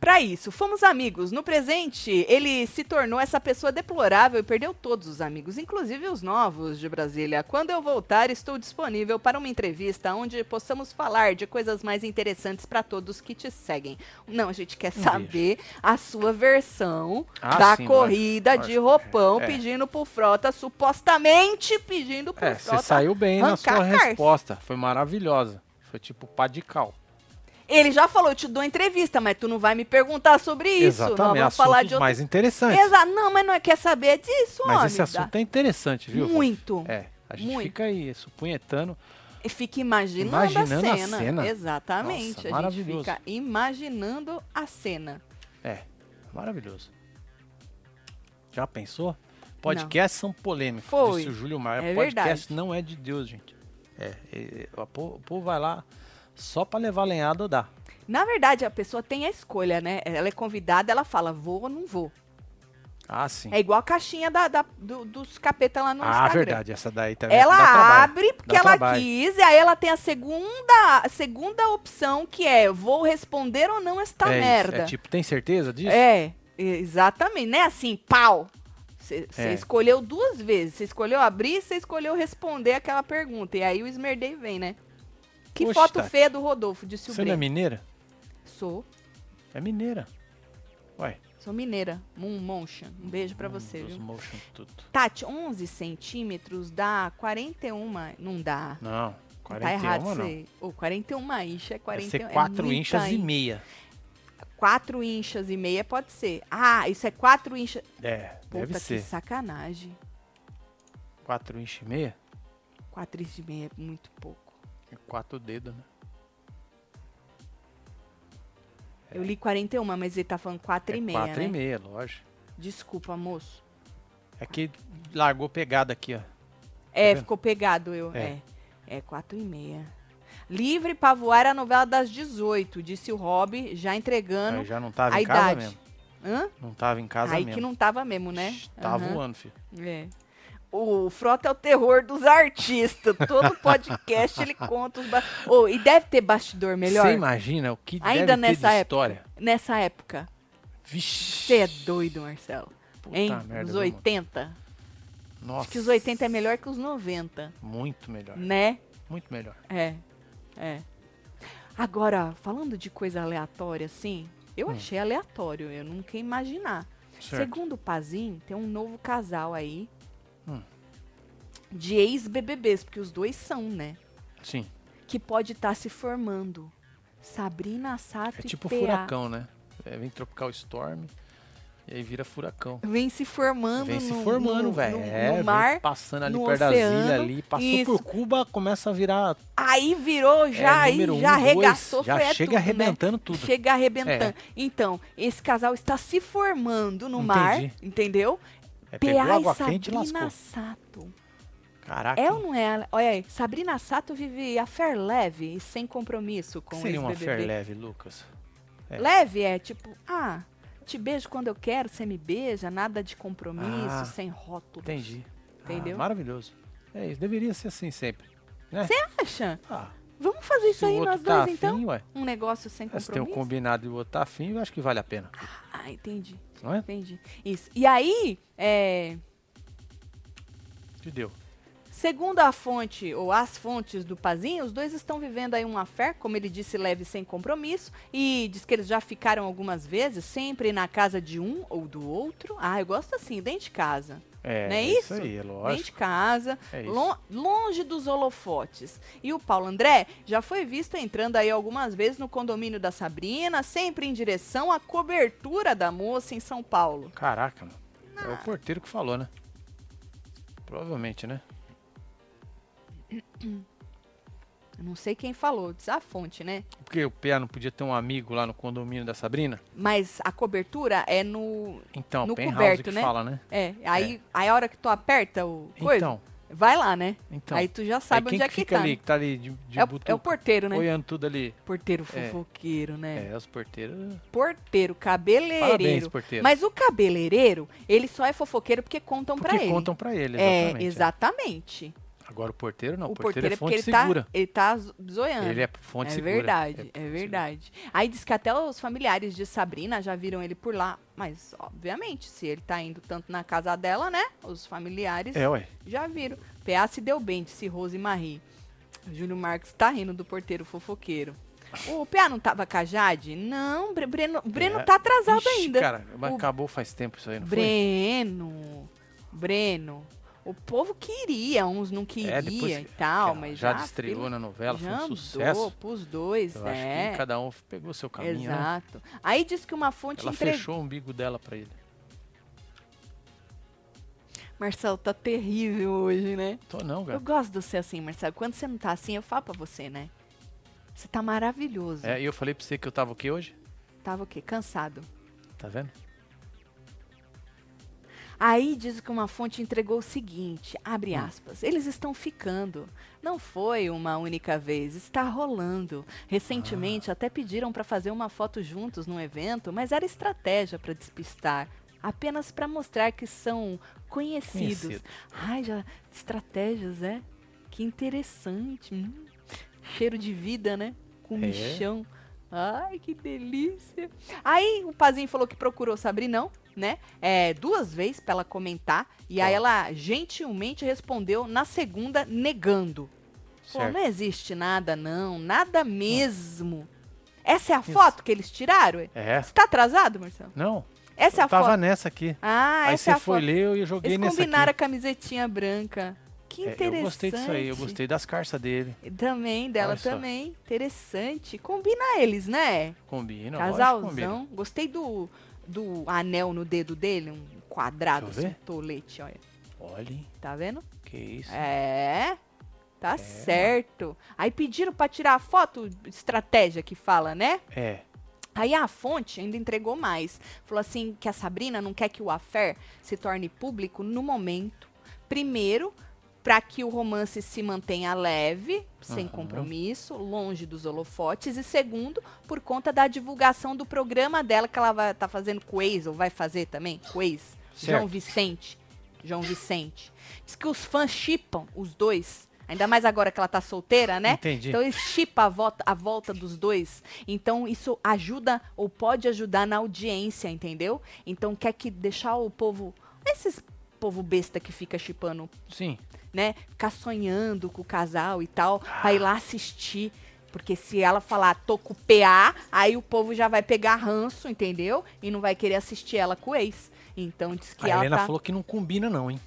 [SPEAKER 2] Pra isso, fomos amigos. No presente, ele se tornou essa pessoa deplorável e perdeu todos os amigos, inclusive os novos de Brasília. Quando eu voltar, estou disponível para uma entrevista onde possamos falar de coisas mais interessantes pra todos que te seguem. Não, a gente quer
[SPEAKER 1] Um
[SPEAKER 2] saber a sua versão
[SPEAKER 1] Ah,
[SPEAKER 2] da
[SPEAKER 1] sim, lógico,
[SPEAKER 2] corrida de
[SPEAKER 1] lógico.
[SPEAKER 2] roupão,
[SPEAKER 1] É.
[SPEAKER 2] pedindo pro Frota, supostamente pedindo pro
[SPEAKER 1] É, você
[SPEAKER 2] Frota.
[SPEAKER 1] saiu bem na
[SPEAKER 2] arrancar
[SPEAKER 1] sua
[SPEAKER 2] a carça.
[SPEAKER 1] resposta. Foi maravilhosa. Foi tipo pá de cal.
[SPEAKER 2] Ele já falou, eu te dou entrevista, mas tu não vai me perguntar sobre isso. Não,
[SPEAKER 1] Exatamente.
[SPEAKER 2] vamos
[SPEAKER 1] assuntos
[SPEAKER 2] falar de outra
[SPEAKER 1] mais interessantes.
[SPEAKER 2] Exato. Não, mas não é- quer saber disso, homem.
[SPEAKER 1] Mas esse
[SPEAKER 2] Dá-
[SPEAKER 1] assunto é interessante, viu?
[SPEAKER 2] Muito.
[SPEAKER 1] É. A gente
[SPEAKER 2] Muito.
[SPEAKER 1] fica aí supunhetando.
[SPEAKER 2] E Fica imaginando,
[SPEAKER 1] Imaginando
[SPEAKER 2] a
[SPEAKER 1] a
[SPEAKER 2] cena.
[SPEAKER 1] cena.
[SPEAKER 2] Exatamente.
[SPEAKER 1] Nossa,
[SPEAKER 2] a gente
[SPEAKER 1] maravilhoso.
[SPEAKER 2] fica imaginando a cena.
[SPEAKER 1] É. Maravilhoso. Já pensou? Podcasts são polêmicos.
[SPEAKER 2] Foi.
[SPEAKER 1] Disse o Júlio Maia.
[SPEAKER 2] É
[SPEAKER 1] Podcast
[SPEAKER 2] verdade.
[SPEAKER 1] não é de Deus, gente. É. é, é, o povo o povo vai lá só pra levar lenhada ou dar.
[SPEAKER 2] Na verdade, a pessoa tem a escolha, né? Ela é convidada, ela fala, vou ou não vou.
[SPEAKER 1] Ah, sim.
[SPEAKER 2] É igual a caixinha da- da- do- dos capeta lá no
[SPEAKER 1] ah,
[SPEAKER 2] Instagram.
[SPEAKER 1] verdade. Essa daí também dá
[SPEAKER 2] Ela
[SPEAKER 1] trabalho.
[SPEAKER 2] abre porque
[SPEAKER 1] Dá
[SPEAKER 2] ela
[SPEAKER 1] trabalho.
[SPEAKER 2] quis, e aí ela tem a segunda, a segunda opção, que é, vou responder ou não esta
[SPEAKER 1] é isso,
[SPEAKER 2] merda.
[SPEAKER 1] É tipo, tem certeza disso?
[SPEAKER 2] É, e- exatamente. Não é assim, pau. Você
[SPEAKER 1] É.
[SPEAKER 2] escolheu duas vezes. Você escolheu abrir e você escolheu responder aquela pergunta. E aí o esmerdei vem, né? Que
[SPEAKER 1] Oxe,
[SPEAKER 2] foto
[SPEAKER 1] Tati.
[SPEAKER 2] feia do Rodolfo, disse o
[SPEAKER 1] tá. Você não é
[SPEAKER 2] Breno.
[SPEAKER 1] mineira?
[SPEAKER 2] Sou,
[SPEAKER 1] É mineira. Ué.
[SPEAKER 2] sou mineira. Moon Moncha. Um beijo pra você,
[SPEAKER 1] Dos
[SPEAKER 2] viu?
[SPEAKER 1] motion tudo.
[SPEAKER 2] Tati, 11 centímetros dá 41... Não dá.
[SPEAKER 1] Não,
[SPEAKER 2] tá
[SPEAKER 1] 41
[SPEAKER 2] errado
[SPEAKER 1] não.
[SPEAKER 2] aí. Ô, 41 incha é
[SPEAKER 1] Deve
[SPEAKER 2] 41.
[SPEAKER 1] ser 4
[SPEAKER 2] é
[SPEAKER 1] inchas e
[SPEAKER 2] meia.
[SPEAKER 1] meia.
[SPEAKER 2] 4 inchas e meia pode ser. Ah, isso é 4 inchas...
[SPEAKER 1] É,
[SPEAKER 2] Puta,
[SPEAKER 1] deve
[SPEAKER 2] que
[SPEAKER 1] ser.
[SPEAKER 2] sacanagem.
[SPEAKER 1] 4 inchas e meia
[SPEAKER 2] 4 inchas e meia é muito pouco.
[SPEAKER 1] e 4 É dedos, né?
[SPEAKER 2] Eu li 41, mas ele tá falando 4 e
[SPEAKER 1] é
[SPEAKER 2] meia,
[SPEAKER 1] 4
[SPEAKER 2] né?
[SPEAKER 1] e meia, lógico.
[SPEAKER 2] Desculpa, moço.
[SPEAKER 1] É que largou pegada aqui, ó.
[SPEAKER 2] É,
[SPEAKER 1] Tá vendo?
[SPEAKER 2] ficou pegado eu. É.
[SPEAKER 1] É.
[SPEAKER 2] É, 4 e meia. Livre para voar é a novela das 18, disse o Rob, já entregando
[SPEAKER 1] Aí já não tava
[SPEAKER 2] a
[SPEAKER 1] em casa
[SPEAKER 2] idade.
[SPEAKER 1] mesmo.
[SPEAKER 2] Hã?
[SPEAKER 1] Não tava em casa
[SPEAKER 2] Aí
[SPEAKER 1] mesmo.
[SPEAKER 2] que não tava mesmo, né?
[SPEAKER 1] Shhh, Tava
[SPEAKER 2] Aham.
[SPEAKER 1] voando, filho.
[SPEAKER 2] É. O Frota é o terror dos artistas. Todo podcast ele conta os ba... Ô, E deve ter bastidor melhor
[SPEAKER 1] Você imagina o que
[SPEAKER 2] Ainda
[SPEAKER 1] deve
[SPEAKER 2] nessa
[SPEAKER 1] ter de
[SPEAKER 2] época.
[SPEAKER 1] história?
[SPEAKER 2] nessa época.
[SPEAKER 1] Vixe.
[SPEAKER 2] Você é doido, Marcelo.
[SPEAKER 1] Puta
[SPEAKER 2] hein?
[SPEAKER 1] merda,
[SPEAKER 2] os
[SPEAKER 1] viu, mano?
[SPEAKER 2] 80.
[SPEAKER 1] Nossa.
[SPEAKER 2] Acho que os 80 é melhor que os 90,
[SPEAKER 1] Muito melhor.
[SPEAKER 2] né?
[SPEAKER 1] Muito melhor.
[SPEAKER 2] É, é. Agora, falando de coisa aleatória, assim, eu achei aleatório, eu nunca ia imaginar.
[SPEAKER 1] Hum. Certo.
[SPEAKER 2] Segundo o Pazin, tem um novo casal aí
[SPEAKER 1] Hum.
[SPEAKER 2] de ex-BBBs, porque os dois são, né?
[SPEAKER 1] Sim.
[SPEAKER 2] Que pode estar se formando. Sabrina Sato
[SPEAKER 1] É
[SPEAKER 2] e
[SPEAKER 1] tipo
[SPEAKER 2] PA.
[SPEAKER 1] furacão, né? É, vem Tropical Storm e aí vira furacão.
[SPEAKER 2] Vem se formando
[SPEAKER 1] Vem se
[SPEAKER 2] no,
[SPEAKER 1] formando,
[SPEAKER 2] no-
[SPEAKER 1] velho.
[SPEAKER 2] no-
[SPEAKER 1] É,
[SPEAKER 2] no
[SPEAKER 1] vem
[SPEAKER 2] mar.
[SPEAKER 1] passando ali
[SPEAKER 2] no
[SPEAKER 1] perto
[SPEAKER 2] oceano.
[SPEAKER 1] das ilhas ali. Passou
[SPEAKER 2] Isso.
[SPEAKER 1] por Cuba, começa a virar
[SPEAKER 2] Aí virou, já,
[SPEAKER 1] é,
[SPEAKER 2] aí,
[SPEAKER 1] número um,
[SPEAKER 2] já
[SPEAKER 1] dois,
[SPEAKER 2] arregaçou,
[SPEAKER 1] Já
[SPEAKER 2] foi é
[SPEAKER 1] chega
[SPEAKER 2] tudo, né?
[SPEAKER 1] arrebentando tudo. É.
[SPEAKER 2] Chega arrebentando. Então, esse casal está se formando no mar,
[SPEAKER 1] Entendi.
[SPEAKER 2] entendeu?
[SPEAKER 1] É, pegou
[SPEAKER 2] PA
[SPEAKER 1] água
[SPEAKER 2] e
[SPEAKER 1] quente e
[SPEAKER 2] Sabrina
[SPEAKER 1] lascou.
[SPEAKER 2] Sato.
[SPEAKER 1] Caraca,
[SPEAKER 2] É
[SPEAKER 1] hein?
[SPEAKER 2] ou não é? Olha aí, Sabrina Sato vive a fé leve e sem compromisso
[SPEAKER 1] O que
[SPEAKER 2] com
[SPEAKER 1] seria
[SPEAKER 2] o
[SPEAKER 1] uma
[SPEAKER 2] ex-BBB.
[SPEAKER 1] fair leve, Lucas? É.
[SPEAKER 2] Leve é tipo, ah, te beijo quando eu quero, você me beija, nada de compromisso,
[SPEAKER 1] Ah,
[SPEAKER 2] sem rótulo.
[SPEAKER 1] Entendi. Ah,
[SPEAKER 2] Entendeu?
[SPEAKER 1] maravilhoso. É isso, deveria ser assim sempre.
[SPEAKER 2] Acha?
[SPEAKER 1] Ah,
[SPEAKER 2] Vamos fazer isso
[SPEAKER 1] se
[SPEAKER 2] aí
[SPEAKER 1] o outro
[SPEAKER 2] nós
[SPEAKER 1] tá
[SPEAKER 2] dois,
[SPEAKER 1] afim,
[SPEAKER 2] então?
[SPEAKER 1] ué.
[SPEAKER 2] Um negócio sem
[SPEAKER 1] Se tem um
[SPEAKER 2] compromisso?
[SPEAKER 1] combinado e o outro tá afim, eu acho que vale a pena.
[SPEAKER 2] Ah, entendi,
[SPEAKER 1] Não é?
[SPEAKER 2] entendi. Isso. E aí, é...
[SPEAKER 1] Que deu.
[SPEAKER 2] Segundo a fonte ou as fontes do Pazinho, os dois estão vivendo aí uma fé, como ele disse, leve e sem compromisso, e diz que eles já ficaram algumas vezes, sempre na casa de um ou do outro. Ah, eu gosto assim, dentro de casa.
[SPEAKER 1] É,
[SPEAKER 2] Não é isso?
[SPEAKER 1] aí, é
[SPEAKER 2] Dentro de
[SPEAKER 1] lógico.
[SPEAKER 2] casa,
[SPEAKER 1] É isso.
[SPEAKER 2] lon- longe dos holofotes. E o Paulo André já foi visto entrando aí algumas vezes no condomínio da Sabrina, sempre em direção à cobertura da moça em São Paulo.
[SPEAKER 1] Caraca, mano. É o porteiro que falou, né? Provavelmente, né?
[SPEAKER 2] Eu não sei quem falou, diz a fonte, né?
[SPEAKER 1] Porque o PA não podia ter um amigo lá no condomínio da Sabrina?
[SPEAKER 2] Mas a cobertura é no,
[SPEAKER 1] Então,
[SPEAKER 2] No
[SPEAKER 1] Penhouse
[SPEAKER 2] coberto,
[SPEAKER 1] que
[SPEAKER 2] né?
[SPEAKER 1] fala, né?
[SPEAKER 2] É, aí, aí a hora que tu aperta o coisa,
[SPEAKER 1] Então,
[SPEAKER 2] vai lá, né?
[SPEAKER 1] então.
[SPEAKER 2] aí tu já sabe
[SPEAKER 1] Aí quem
[SPEAKER 2] onde é
[SPEAKER 1] que
[SPEAKER 2] que
[SPEAKER 1] fica
[SPEAKER 2] tá.
[SPEAKER 1] ali,
[SPEAKER 2] né?
[SPEAKER 1] que tá ali de, de
[SPEAKER 2] É, o,
[SPEAKER 1] butuca,
[SPEAKER 2] é o porteiro, né?
[SPEAKER 1] olhando tudo ali.
[SPEAKER 2] Porteiro
[SPEAKER 1] É.
[SPEAKER 2] fofoqueiro, né?
[SPEAKER 1] É, os porteiros.
[SPEAKER 2] Porteiro,
[SPEAKER 1] Parabéns,
[SPEAKER 2] cabeleireiro.
[SPEAKER 1] porteiro.
[SPEAKER 2] Mas o cabeleireiro, ele só é fofoqueiro porque contam
[SPEAKER 1] Porque
[SPEAKER 2] pra ele.
[SPEAKER 1] contam pra ele,
[SPEAKER 2] é,
[SPEAKER 1] exatamente.
[SPEAKER 2] exatamente.
[SPEAKER 1] é. Agora o porteiro não, o
[SPEAKER 2] o
[SPEAKER 1] porteiro,
[SPEAKER 2] porteiro
[SPEAKER 1] é
[SPEAKER 2] é porque
[SPEAKER 1] fonte
[SPEAKER 2] ele
[SPEAKER 1] segura.
[SPEAKER 2] tá, ele tá zo- zoiando.
[SPEAKER 1] Ele é fonte
[SPEAKER 2] é
[SPEAKER 1] segura.
[SPEAKER 2] verdade,
[SPEAKER 1] fonte
[SPEAKER 2] é,
[SPEAKER 1] segura.
[SPEAKER 2] verdade. Aí diz que até os familiares de Sabrina já viram ele por lá. Mas, obviamente, se ele tá indo tanto na casa dela, né? Os familiares
[SPEAKER 1] É, ué.
[SPEAKER 2] já viram. PA se deu bem, disse Rose Marie. Júlio Marques tá rindo do porteiro fofoqueiro. O PA não tava com a Jade? Não, Bre- Breno, Breno
[SPEAKER 1] É.
[SPEAKER 2] tá atrasado
[SPEAKER 1] Ixi,
[SPEAKER 2] ainda.
[SPEAKER 1] Cara, mas
[SPEAKER 2] O-
[SPEAKER 1] acabou faz tempo isso aí, não foi?
[SPEAKER 2] Breno, Breno. O povo queria, uns não queria
[SPEAKER 1] É, depois
[SPEAKER 2] e
[SPEAKER 1] que-
[SPEAKER 2] tal,
[SPEAKER 1] que a
[SPEAKER 2] Ah, mas já...
[SPEAKER 1] Jade estreou na novela, foi
[SPEAKER 2] já
[SPEAKER 1] um
[SPEAKER 2] andou
[SPEAKER 1] sucesso.
[SPEAKER 2] pros dois,
[SPEAKER 1] Eu acho
[SPEAKER 2] né?
[SPEAKER 1] que cada um pegou seu caminho, né?
[SPEAKER 2] Exato. Aí diz que uma fonte
[SPEAKER 1] Ela
[SPEAKER 2] entrevistou.
[SPEAKER 1] fechou o umbigo dela pra ele.
[SPEAKER 2] Marcelo tá terrível hoje, né?
[SPEAKER 1] Tô não,
[SPEAKER 2] Eu
[SPEAKER 1] cara.
[SPEAKER 2] gosto de você assim, Marcelo. Quando você não tá assim, eu falo pra você, né? Você tá maravilhoso.
[SPEAKER 1] É, e eu falei pra você que eu tava o quê hoje?
[SPEAKER 2] Tava o quê? Cansado.
[SPEAKER 1] Tá vendo?
[SPEAKER 2] Aí diz que uma fonte entregou o seguinte, abre aspas, eles estão ficando. Não foi uma única vez, está rolando. Recentemente até pediram para fazer uma foto juntos num evento, mas era estratégia para despistar, apenas para mostrar que são conhecidos.
[SPEAKER 1] Conhecido.
[SPEAKER 2] Ai, já estratégias, é? Que interessante. hum. Cheiro de vida, né?
[SPEAKER 1] É.
[SPEAKER 2] Comichão. Ai, que delícia. Aí o Pazinho falou que procurou Sabrinão, né? É, duas vezes pra ela comentar. E aí
[SPEAKER 1] Ó.
[SPEAKER 2] ela gentilmente respondeu na segunda, negando. Pô,
[SPEAKER 1] Certo.
[SPEAKER 2] não existe nada, não. Nada mesmo. Essa é a
[SPEAKER 1] Isso.
[SPEAKER 2] foto que eles tiraram? é?
[SPEAKER 1] É.
[SPEAKER 2] Você tá atrasado, Marcelo?
[SPEAKER 1] Não,
[SPEAKER 2] Essa é a
[SPEAKER 1] eu tava
[SPEAKER 2] foto.
[SPEAKER 1] nessa aqui.
[SPEAKER 2] Ah,
[SPEAKER 1] aí
[SPEAKER 2] essa
[SPEAKER 1] você
[SPEAKER 2] é a
[SPEAKER 1] foi
[SPEAKER 2] foto.
[SPEAKER 1] ler eu joguei
[SPEAKER 2] Eles
[SPEAKER 1] nessa
[SPEAKER 2] combinaram
[SPEAKER 1] aqui.
[SPEAKER 2] a camisetinha branca. Que
[SPEAKER 1] É,
[SPEAKER 2] interessante.
[SPEAKER 1] eu gostei disso aí, eu gostei das carças dele.
[SPEAKER 2] Também, dela
[SPEAKER 1] Olha só.
[SPEAKER 2] também. Interessante. Combina eles, né?
[SPEAKER 1] Combina, lógico, combina.
[SPEAKER 2] Casalzão. Gostei do, do anel no dedo dele, um quadrado,
[SPEAKER 1] Deixa eu
[SPEAKER 2] assim, um
[SPEAKER 1] ver.
[SPEAKER 2] tolete, olha.
[SPEAKER 1] Olha, hein,
[SPEAKER 2] Tá vendo?
[SPEAKER 1] que isso.
[SPEAKER 2] É. Tá certo. Aí pediram pra tirar a foto, estratégia que fala, né?
[SPEAKER 1] É,
[SPEAKER 2] Aí a fonte ainda entregou mais. Falou assim que a Sabrina não quer que o affair se torne público no momento. Primeiro, para que o romance se mantenha leve, sem
[SPEAKER 1] Aham.
[SPEAKER 2] compromisso, longe dos holofotes. E segundo, por conta da divulgação do programa dela que ela vai tá fazendo com o ex, ou vai fazer também, com o ex, João
[SPEAKER 1] Certo.
[SPEAKER 2] Vicente. João Vicente. Diz que os fãs chipam os dois. Ainda mais agora que ela tá solteira, né?
[SPEAKER 1] entendi.
[SPEAKER 2] Então ele chipa a volta, a volta dos dois. Então isso ajuda ou pode ajudar na audiência, entendeu? Então quer que deixar o povo. Esses povo besta que fica chipando,
[SPEAKER 1] Sim,
[SPEAKER 2] né? Ficar sonhando com o casal e tal, pra ir lá assistir. Porque se ela falar, tô com o PA, aí o povo já vai pegar ranço, entendeu? E não vai querer assistir ela com o ex. Então diz que
[SPEAKER 1] a
[SPEAKER 2] ela
[SPEAKER 1] Helena
[SPEAKER 2] tá.
[SPEAKER 1] falou que não combina não, hein.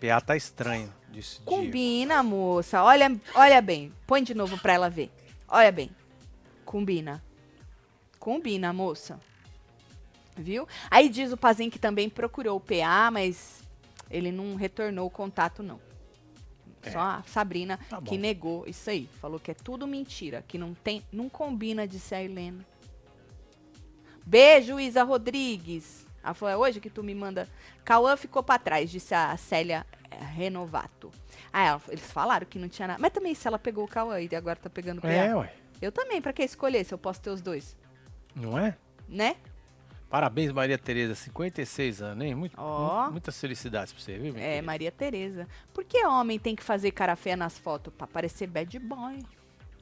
[SPEAKER 1] PA tá estranho, disse Diego.
[SPEAKER 2] Combina, moça. Olha, olha bem. Põe de novo pra ela ver. Olha bem. Combina. Combina, moça. Viu? Aí diz o Pazin que também procurou o PA, mas ele não retornou o contato, não. Só a Sabrina
[SPEAKER 1] É. Tá bom.
[SPEAKER 2] que negou isso aí. Falou que é tudo mentira, que não tem, não combina, disse a Helena. Beijo, Isa Rodrigues. Ela falou, é hoje que tu me manda. Cauã ficou pra trás, disse a Célia eh, Renovato. Ah, ela- eles falaram que não tinha nada. Mas também, se ela pegou o Cauã e agora tá pegando o PA.
[SPEAKER 1] É, ué,
[SPEAKER 2] Eu também, pra que escolher se eu posso ter os dois?
[SPEAKER 1] não é?
[SPEAKER 2] Né?
[SPEAKER 1] Parabéns, Maria Tereza, 56 anos, hein? Muito,
[SPEAKER 2] Ó.
[SPEAKER 1] mu- Muitas felicidades pra você, viu, minha
[SPEAKER 2] É,
[SPEAKER 1] querida?
[SPEAKER 2] Maria Tereza. Por que homem tem que fazer cara feia nas fotos? Pra parecer bad boy.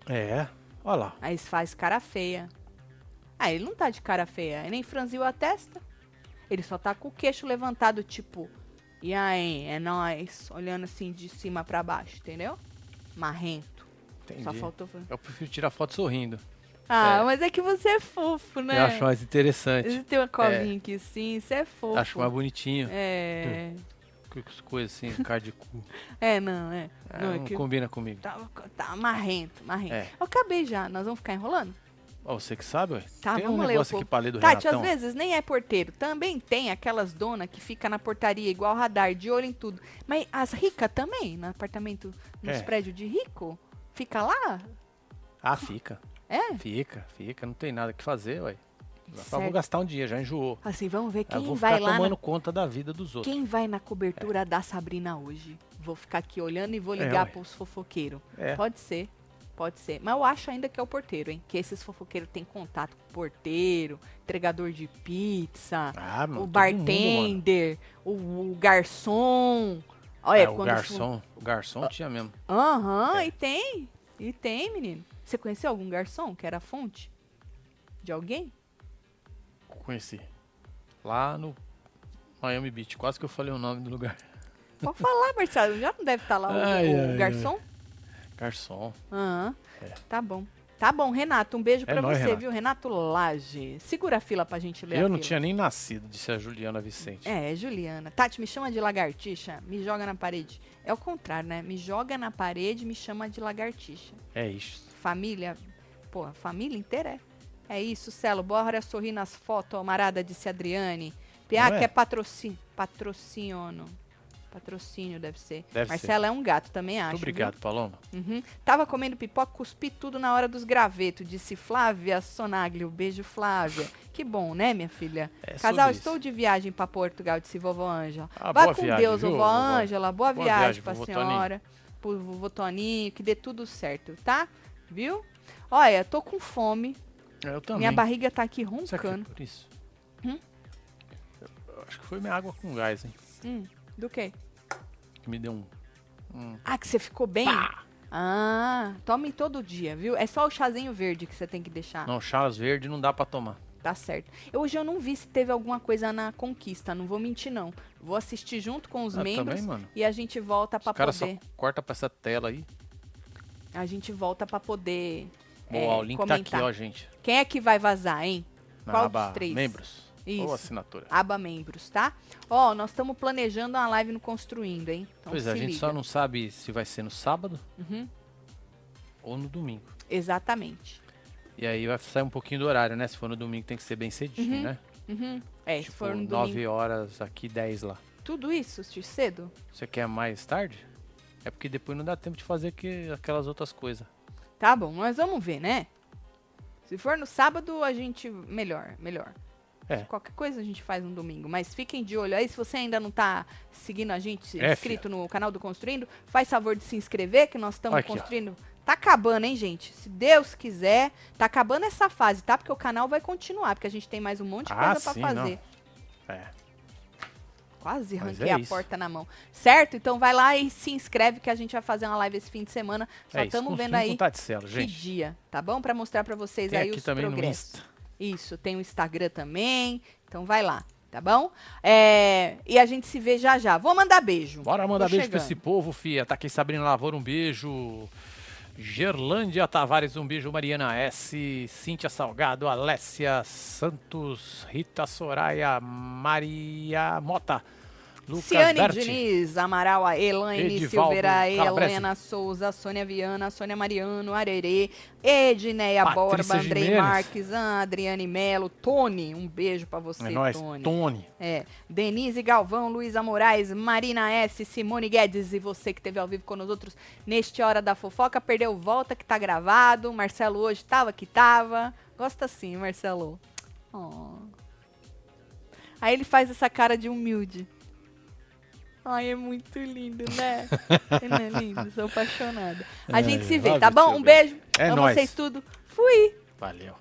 [SPEAKER 1] É, olha lá.
[SPEAKER 2] Aí eles faz cara feia. Ah, ele não tá de cara feia. Ele nem franziu a testa. Ele só tá com o queixo levantado, tipo, e aí, é nóis. Olhando assim de cima pra baixo, entendeu? Marrento. Só
[SPEAKER 1] Entendi.
[SPEAKER 2] faltou.
[SPEAKER 1] Eu prefiro tirar foto sorrindo.
[SPEAKER 2] Ah, mas é que você é fofo, né?
[SPEAKER 1] Eu acho mais interessante.
[SPEAKER 2] Você tem uma covinha aqui sim, você é fofo.
[SPEAKER 1] Acho mais bonitinho.
[SPEAKER 2] É.
[SPEAKER 1] Com as coisas assim, cara de cu.
[SPEAKER 2] É, não, é.
[SPEAKER 1] Ah,
[SPEAKER 2] não,
[SPEAKER 1] Não,
[SPEAKER 2] é que
[SPEAKER 1] combina comigo.
[SPEAKER 2] tá, tá marrento, marrento.
[SPEAKER 1] É.
[SPEAKER 2] Eu acabei já, nós vamos ficar enrolando?
[SPEAKER 1] Ó, você que sabe, ué.
[SPEAKER 2] Tá,
[SPEAKER 1] Tem um
[SPEAKER 2] vamos ler
[SPEAKER 1] negócio
[SPEAKER 2] o
[SPEAKER 1] aqui
[SPEAKER 2] povo.
[SPEAKER 1] pra ler do
[SPEAKER 2] Tati, às
[SPEAKER 1] Renatão.
[SPEAKER 2] vezes nem é porteiro. Também tem aquelas donas que fica na portaria igual radar, de olho em tudo. Mas as ricas também, no apartamento, nos
[SPEAKER 1] É.
[SPEAKER 2] prédios de rico, fica lá?
[SPEAKER 1] Ah, fica.
[SPEAKER 2] É?
[SPEAKER 1] Fica, fica. Não tem nada que fazer, ué. Ela fala,
[SPEAKER 2] Certo.
[SPEAKER 1] Vou gastar um dia, já enjoou.
[SPEAKER 2] Assim, vamos ver
[SPEAKER 1] Eu
[SPEAKER 2] quem
[SPEAKER 1] Ah, vou
[SPEAKER 2] vai
[SPEAKER 1] ficar
[SPEAKER 2] lá.
[SPEAKER 1] tomando
[SPEAKER 2] Na,
[SPEAKER 1] conta da vida dos outros.
[SPEAKER 2] quem vai na cobertura da Sabrina hoje? Vou ficar aqui olhando e vou
[SPEAKER 1] É,
[SPEAKER 2] ligar
[SPEAKER 1] ué.
[SPEAKER 2] pros fofoqueiros.
[SPEAKER 1] É.
[SPEAKER 2] Pode ser. Pode ser. Mas eu acho ainda que é o porteiro, hein? Que esses fofoqueiros têm contato com o porteiro, entregador de pizza.
[SPEAKER 1] Ah,
[SPEAKER 2] o
[SPEAKER 1] mano, todo mundo, mano.
[SPEAKER 2] bartender, o, o garçom. Olha,
[SPEAKER 1] É, o
[SPEAKER 2] quando fu-
[SPEAKER 1] garçom, o garçom tinha mesmo.
[SPEAKER 2] Aham,
[SPEAKER 1] É.
[SPEAKER 2] e tem. E tem, menino. Você conheceu algum garçom que era fonte? De alguém?
[SPEAKER 1] Conheci. Lá no Miami Beach. Quase que eu falei o nome do lugar.
[SPEAKER 2] Pode falar, Marcelo. Já não deve estar lá o,
[SPEAKER 1] Ai,
[SPEAKER 2] o
[SPEAKER 1] ai, ai.
[SPEAKER 2] garçom?
[SPEAKER 1] Garçom.
[SPEAKER 2] Aham. Tá bom. Tá bom, Renato. Um beijo
[SPEAKER 1] É
[SPEAKER 2] pra
[SPEAKER 1] nóis,
[SPEAKER 2] você,
[SPEAKER 1] Renato.
[SPEAKER 2] viu? Renato Lage. Segura a fila pra gente ler a
[SPEAKER 1] eu não
[SPEAKER 2] fila.
[SPEAKER 1] tinha nem nascido, disse a Juliana Vicente.
[SPEAKER 2] É, Juliana. Tati, me chama de lagartixa, me joga na parede. É o contrário, né? Me joga na parede, me chama de lagartixa.
[SPEAKER 1] É isso.
[SPEAKER 2] Família, pô, a família inteira é. É isso, Celo. Bora sorrir nas fotos, ó, marada, disse a Adriane. PA
[SPEAKER 1] Não é?
[SPEAKER 2] que é patrocínio. Patrocínio. Patrocínio deve ser.
[SPEAKER 1] Deve ser.
[SPEAKER 2] Marcela é um gato, também acho.
[SPEAKER 1] Muito
[SPEAKER 2] viu?
[SPEAKER 1] obrigado, Paloma.
[SPEAKER 2] Uhum. Tava comendo pipoca, cuspi tudo na hora dos gravetos, disse Flávia Sonaglio. Beijo, Flávia. Que bom, né, minha filha?
[SPEAKER 1] É
[SPEAKER 2] Casal,
[SPEAKER 1] sobre
[SPEAKER 2] estou
[SPEAKER 1] isso.
[SPEAKER 2] de viagem para Portugal, disse vovó Ângela.
[SPEAKER 1] Ah,
[SPEAKER 2] Vá
[SPEAKER 1] boa
[SPEAKER 2] com
[SPEAKER 1] viagem,
[SPEAKER 2] Deus,
[SPEAKER 1] viu,
[SPEAKER 2] vovó
[SPEAKER 1] vovó?
[SPEAKER 2] Ângela. Boa,
[SPEAKER 1] Boa
[SPEAKER 2] viagem
[SPEAKER 1] viagem,
[SPEAKER 2] para
[SPEAKER 1] vovô
[SPEAKER 2] senhora, para o vovô Toninho, que dê tudo certo, tá? Viu? Olha, tô com fome,
[SPEAKER 1] É, Eu também.
[SPEAKER 2] minha barriga tá aqui
[SPEAKER 1] Será que foi
[SPEAKER 2] roncando.
[SPEAKER 1] por isso?
[SPEAKER 2] Hum?
[SPEAKER 1] Eu acho que foi minha água com gás, hein?
[SPEAKER 2] Hum, do quê?
[SPEAKER 1] Que me deu um. um...
[SPEAKER 2] Ah, que você ficou bem?
[SPEAKER 1] Pá!
[SPEAKER 2] Ah, tome todo dia, viu? É só o chazinho verde que você tem que deixar.
[SPEAKER 1] Não, Charles Verde não dá pra tomar.
[SPEAKER 2] Tá certo. Eu- hoje eu não vi se teve alguma coisa na conquista, não vou mentir, não. Vou assistir junto com os
[SPEAKER 1] Ah,
[SPEAKER 2] membros
[SPEAKER 1] também, mano.
[SPEAKER 2] e a gente volta pra
[SPEAKER 1] Os caras só
[SPEAKER 2] poder.
[SPEAKER 1] corta pra essa tela aí.
[SPEAKER 2] A gente volta pra poder. é,
[SPEAKER 1] Boa, o link
[SPEAKER 2] comentar.
[SPEAKER 1] tá aqui, ó, gente.
[SPEAKER 2] Quem é que vai vazar, hein?
[SPEAKER 1] Na
[SPEAKER 2] Qual
[SPEAKER 1] aba
[SPEAKER 2] dos três?
[SPEAKER 1] Membros.
[SPEAKER 2] Isso.
[SPEAKER 1] Ou assinatura.
[SPEAKER 2] Aba membros, tá? Ó, nós estamos planejando uma live no Construindo, hein? Então
[SPEAKER 1] pois
[SPEAKER 2] se
[SPEAKER 1] é, a gente
[SPEAKER 2] liga.
[SPEAKER 1] só não sabe se vai ser no sábado
[SPEAKER 2] Uhum,
[SPEAKER 1] ou no domingo.
[SPEAKER 2] exatamente.
[SPEAKER 1] E aí vai sair um pouquinho do horário, né? Se for no domingo tem que ser bem cedinho,
[SPEAKER 2] Uhum.
[SPEAKER 1] né?
[SPEAKER 2] Uhum. É, se
[SPEAKER 1] tipo,
[SPEAKER 2] for no domingo.
[SPEAKER 1] 9 horas aqui, 10 lá.
[SPEAKER 2] Tudo isso, assistir cedo?
[SPEAKER 1] Você quer mais tarde? É porque depois não dá tempo de fazer que, aquelas outras coisas.
[SPEAKER 2] Tá bom, nós vamos ver, né? Se for no sábado, a gente. Melhor, melhor.
[SPEAKER 1] É.
[SPEAKER 2] Qualquer coisa a gente faz no domingo. Mas fiquem de olho aí. Se você ainda não tá seguindo a gente, se
[SPEAKER 1] É,
[SPEAKER 2] inscrito no canal do Construindo, faz favor de se inscrever, que nós estamos
[SPEAKER 1] Aqui, ó.
[SPEAKER 2] construindo. Tá acabando, hein, gente? Se Deus quiser, tá acabando essa fase, tá? Porque o canal vai continuar, porque a gente tem mais um monte de
[SPEAKER 1] Ah,
[SPEAKER 2] coisa pra
[SPEAKER 1] sim,
[SPEAKER 2] fazer.
[SPEAKER 1] É.
[SPEAKER 2] Quase
[SPEAKER 1] Mas
[SPEAKER 2] ranquei
[SPEAKER 1] é
[SPEAKER 2] a
[SPEAKER 1] isso.
[SPEAKER 2] porta na mão. Certo? Então vai lá e se inscreve que a gente vai fazer uma live esse fim de semana. Só
[SPEAKER 1] é isso.
[SPEAKER 2] estamos
[SPEAKER 1] Não-
[SPEAKER 2] vendo
[SPEAKER 1] não
[SPEAKER 2] aí
[SPEAKER 1] contar de celo,
[SPEAKER 2] que
[SPEAKER 1] gente.
[SPEAKER 2] dia, tá bom? Pra mostrar pra vocês
[SPEAKER 1] Tem
[SPEAKER 2] aí
[SPEAKER 1] aqui
[SPEAKER 2] os
[SPEAKER 1] também no
[SPEAKER 2] progressos.
[SPEAKER 1] Insta.
[SPEAKER 2] Isso, tem o Instagram também. Então vai lá, tá bom? É, e a gente se vê já já. Vou mandar beijo.
[SPEAKER 1] Bora mandar
[SPEAKER 2] Tô
[SPEAKER 1] beijo pra
[SPEAKER 2] chegando.
[SPEAKER 1] esse povo, fia. Tá aqui Sabrina Lavoura, um beijo. Gerlândia Tavares, um beijo. Mariana S. Cíntia Salgado, Alessia Santos, Rita Soraya, Maria Mota, Lucas
[SPEAKER 2] Ciane
[SPEAKER 1] Berti.
[SPEAKER 2] Diniz, Amaral, a Elaine
[SPEAKER 1] Edivaldo
[SPEAKER 2] Silveira,
[SPEAKER 1] Calabresi.
[SPEAKER 2] Helena Souza, Sônia Viana, Sônia Mariano, Arerê, Edneia
[SPEAKER 1] Patrícia
[SPEAKER 2] Borba, Andrei
[SPEAKER 1] Jimenez.
[SPEAKER 2] Marques, Adriane Melo, Tony, um beijo pra você,
[SPEAKER 1] É nóis,
[SPEAKER 2] Tony.
[SPEAKER 1] Tony.
[SPEAKER 2] É, Denise Galvão, Luísa Moraes, Marina S, Simone Guedes e você que esteve ao vivo com nós outros neste Hora da Fofoca. Perdeu volta que tá gravado. Marcelo hoje tava que tava. Gosta sim, Marcelo. Ó. Aí ele faz essa cara de humilde. Ai, é muito lindo, né? Ele não é lindo, sou apaixonada. A
[SPEAKER 1] Ai,
[SPEAKER 2] gente se vê,
[SPEAKER 1] vai
[SPEAKER 2] tá
[SPEAKER 1] ver
[SPEAKER 2] bom?
[SPEAKER 1] seu
[SPEAKER 2] Um beijo.
[SPEAKER 1] É
[SPEAKER 2] Amo
[SPEAKER 1] nóis.
[SPEAKER 2] vocês tudo. Fui.
[SPEAKER 1] Valeu.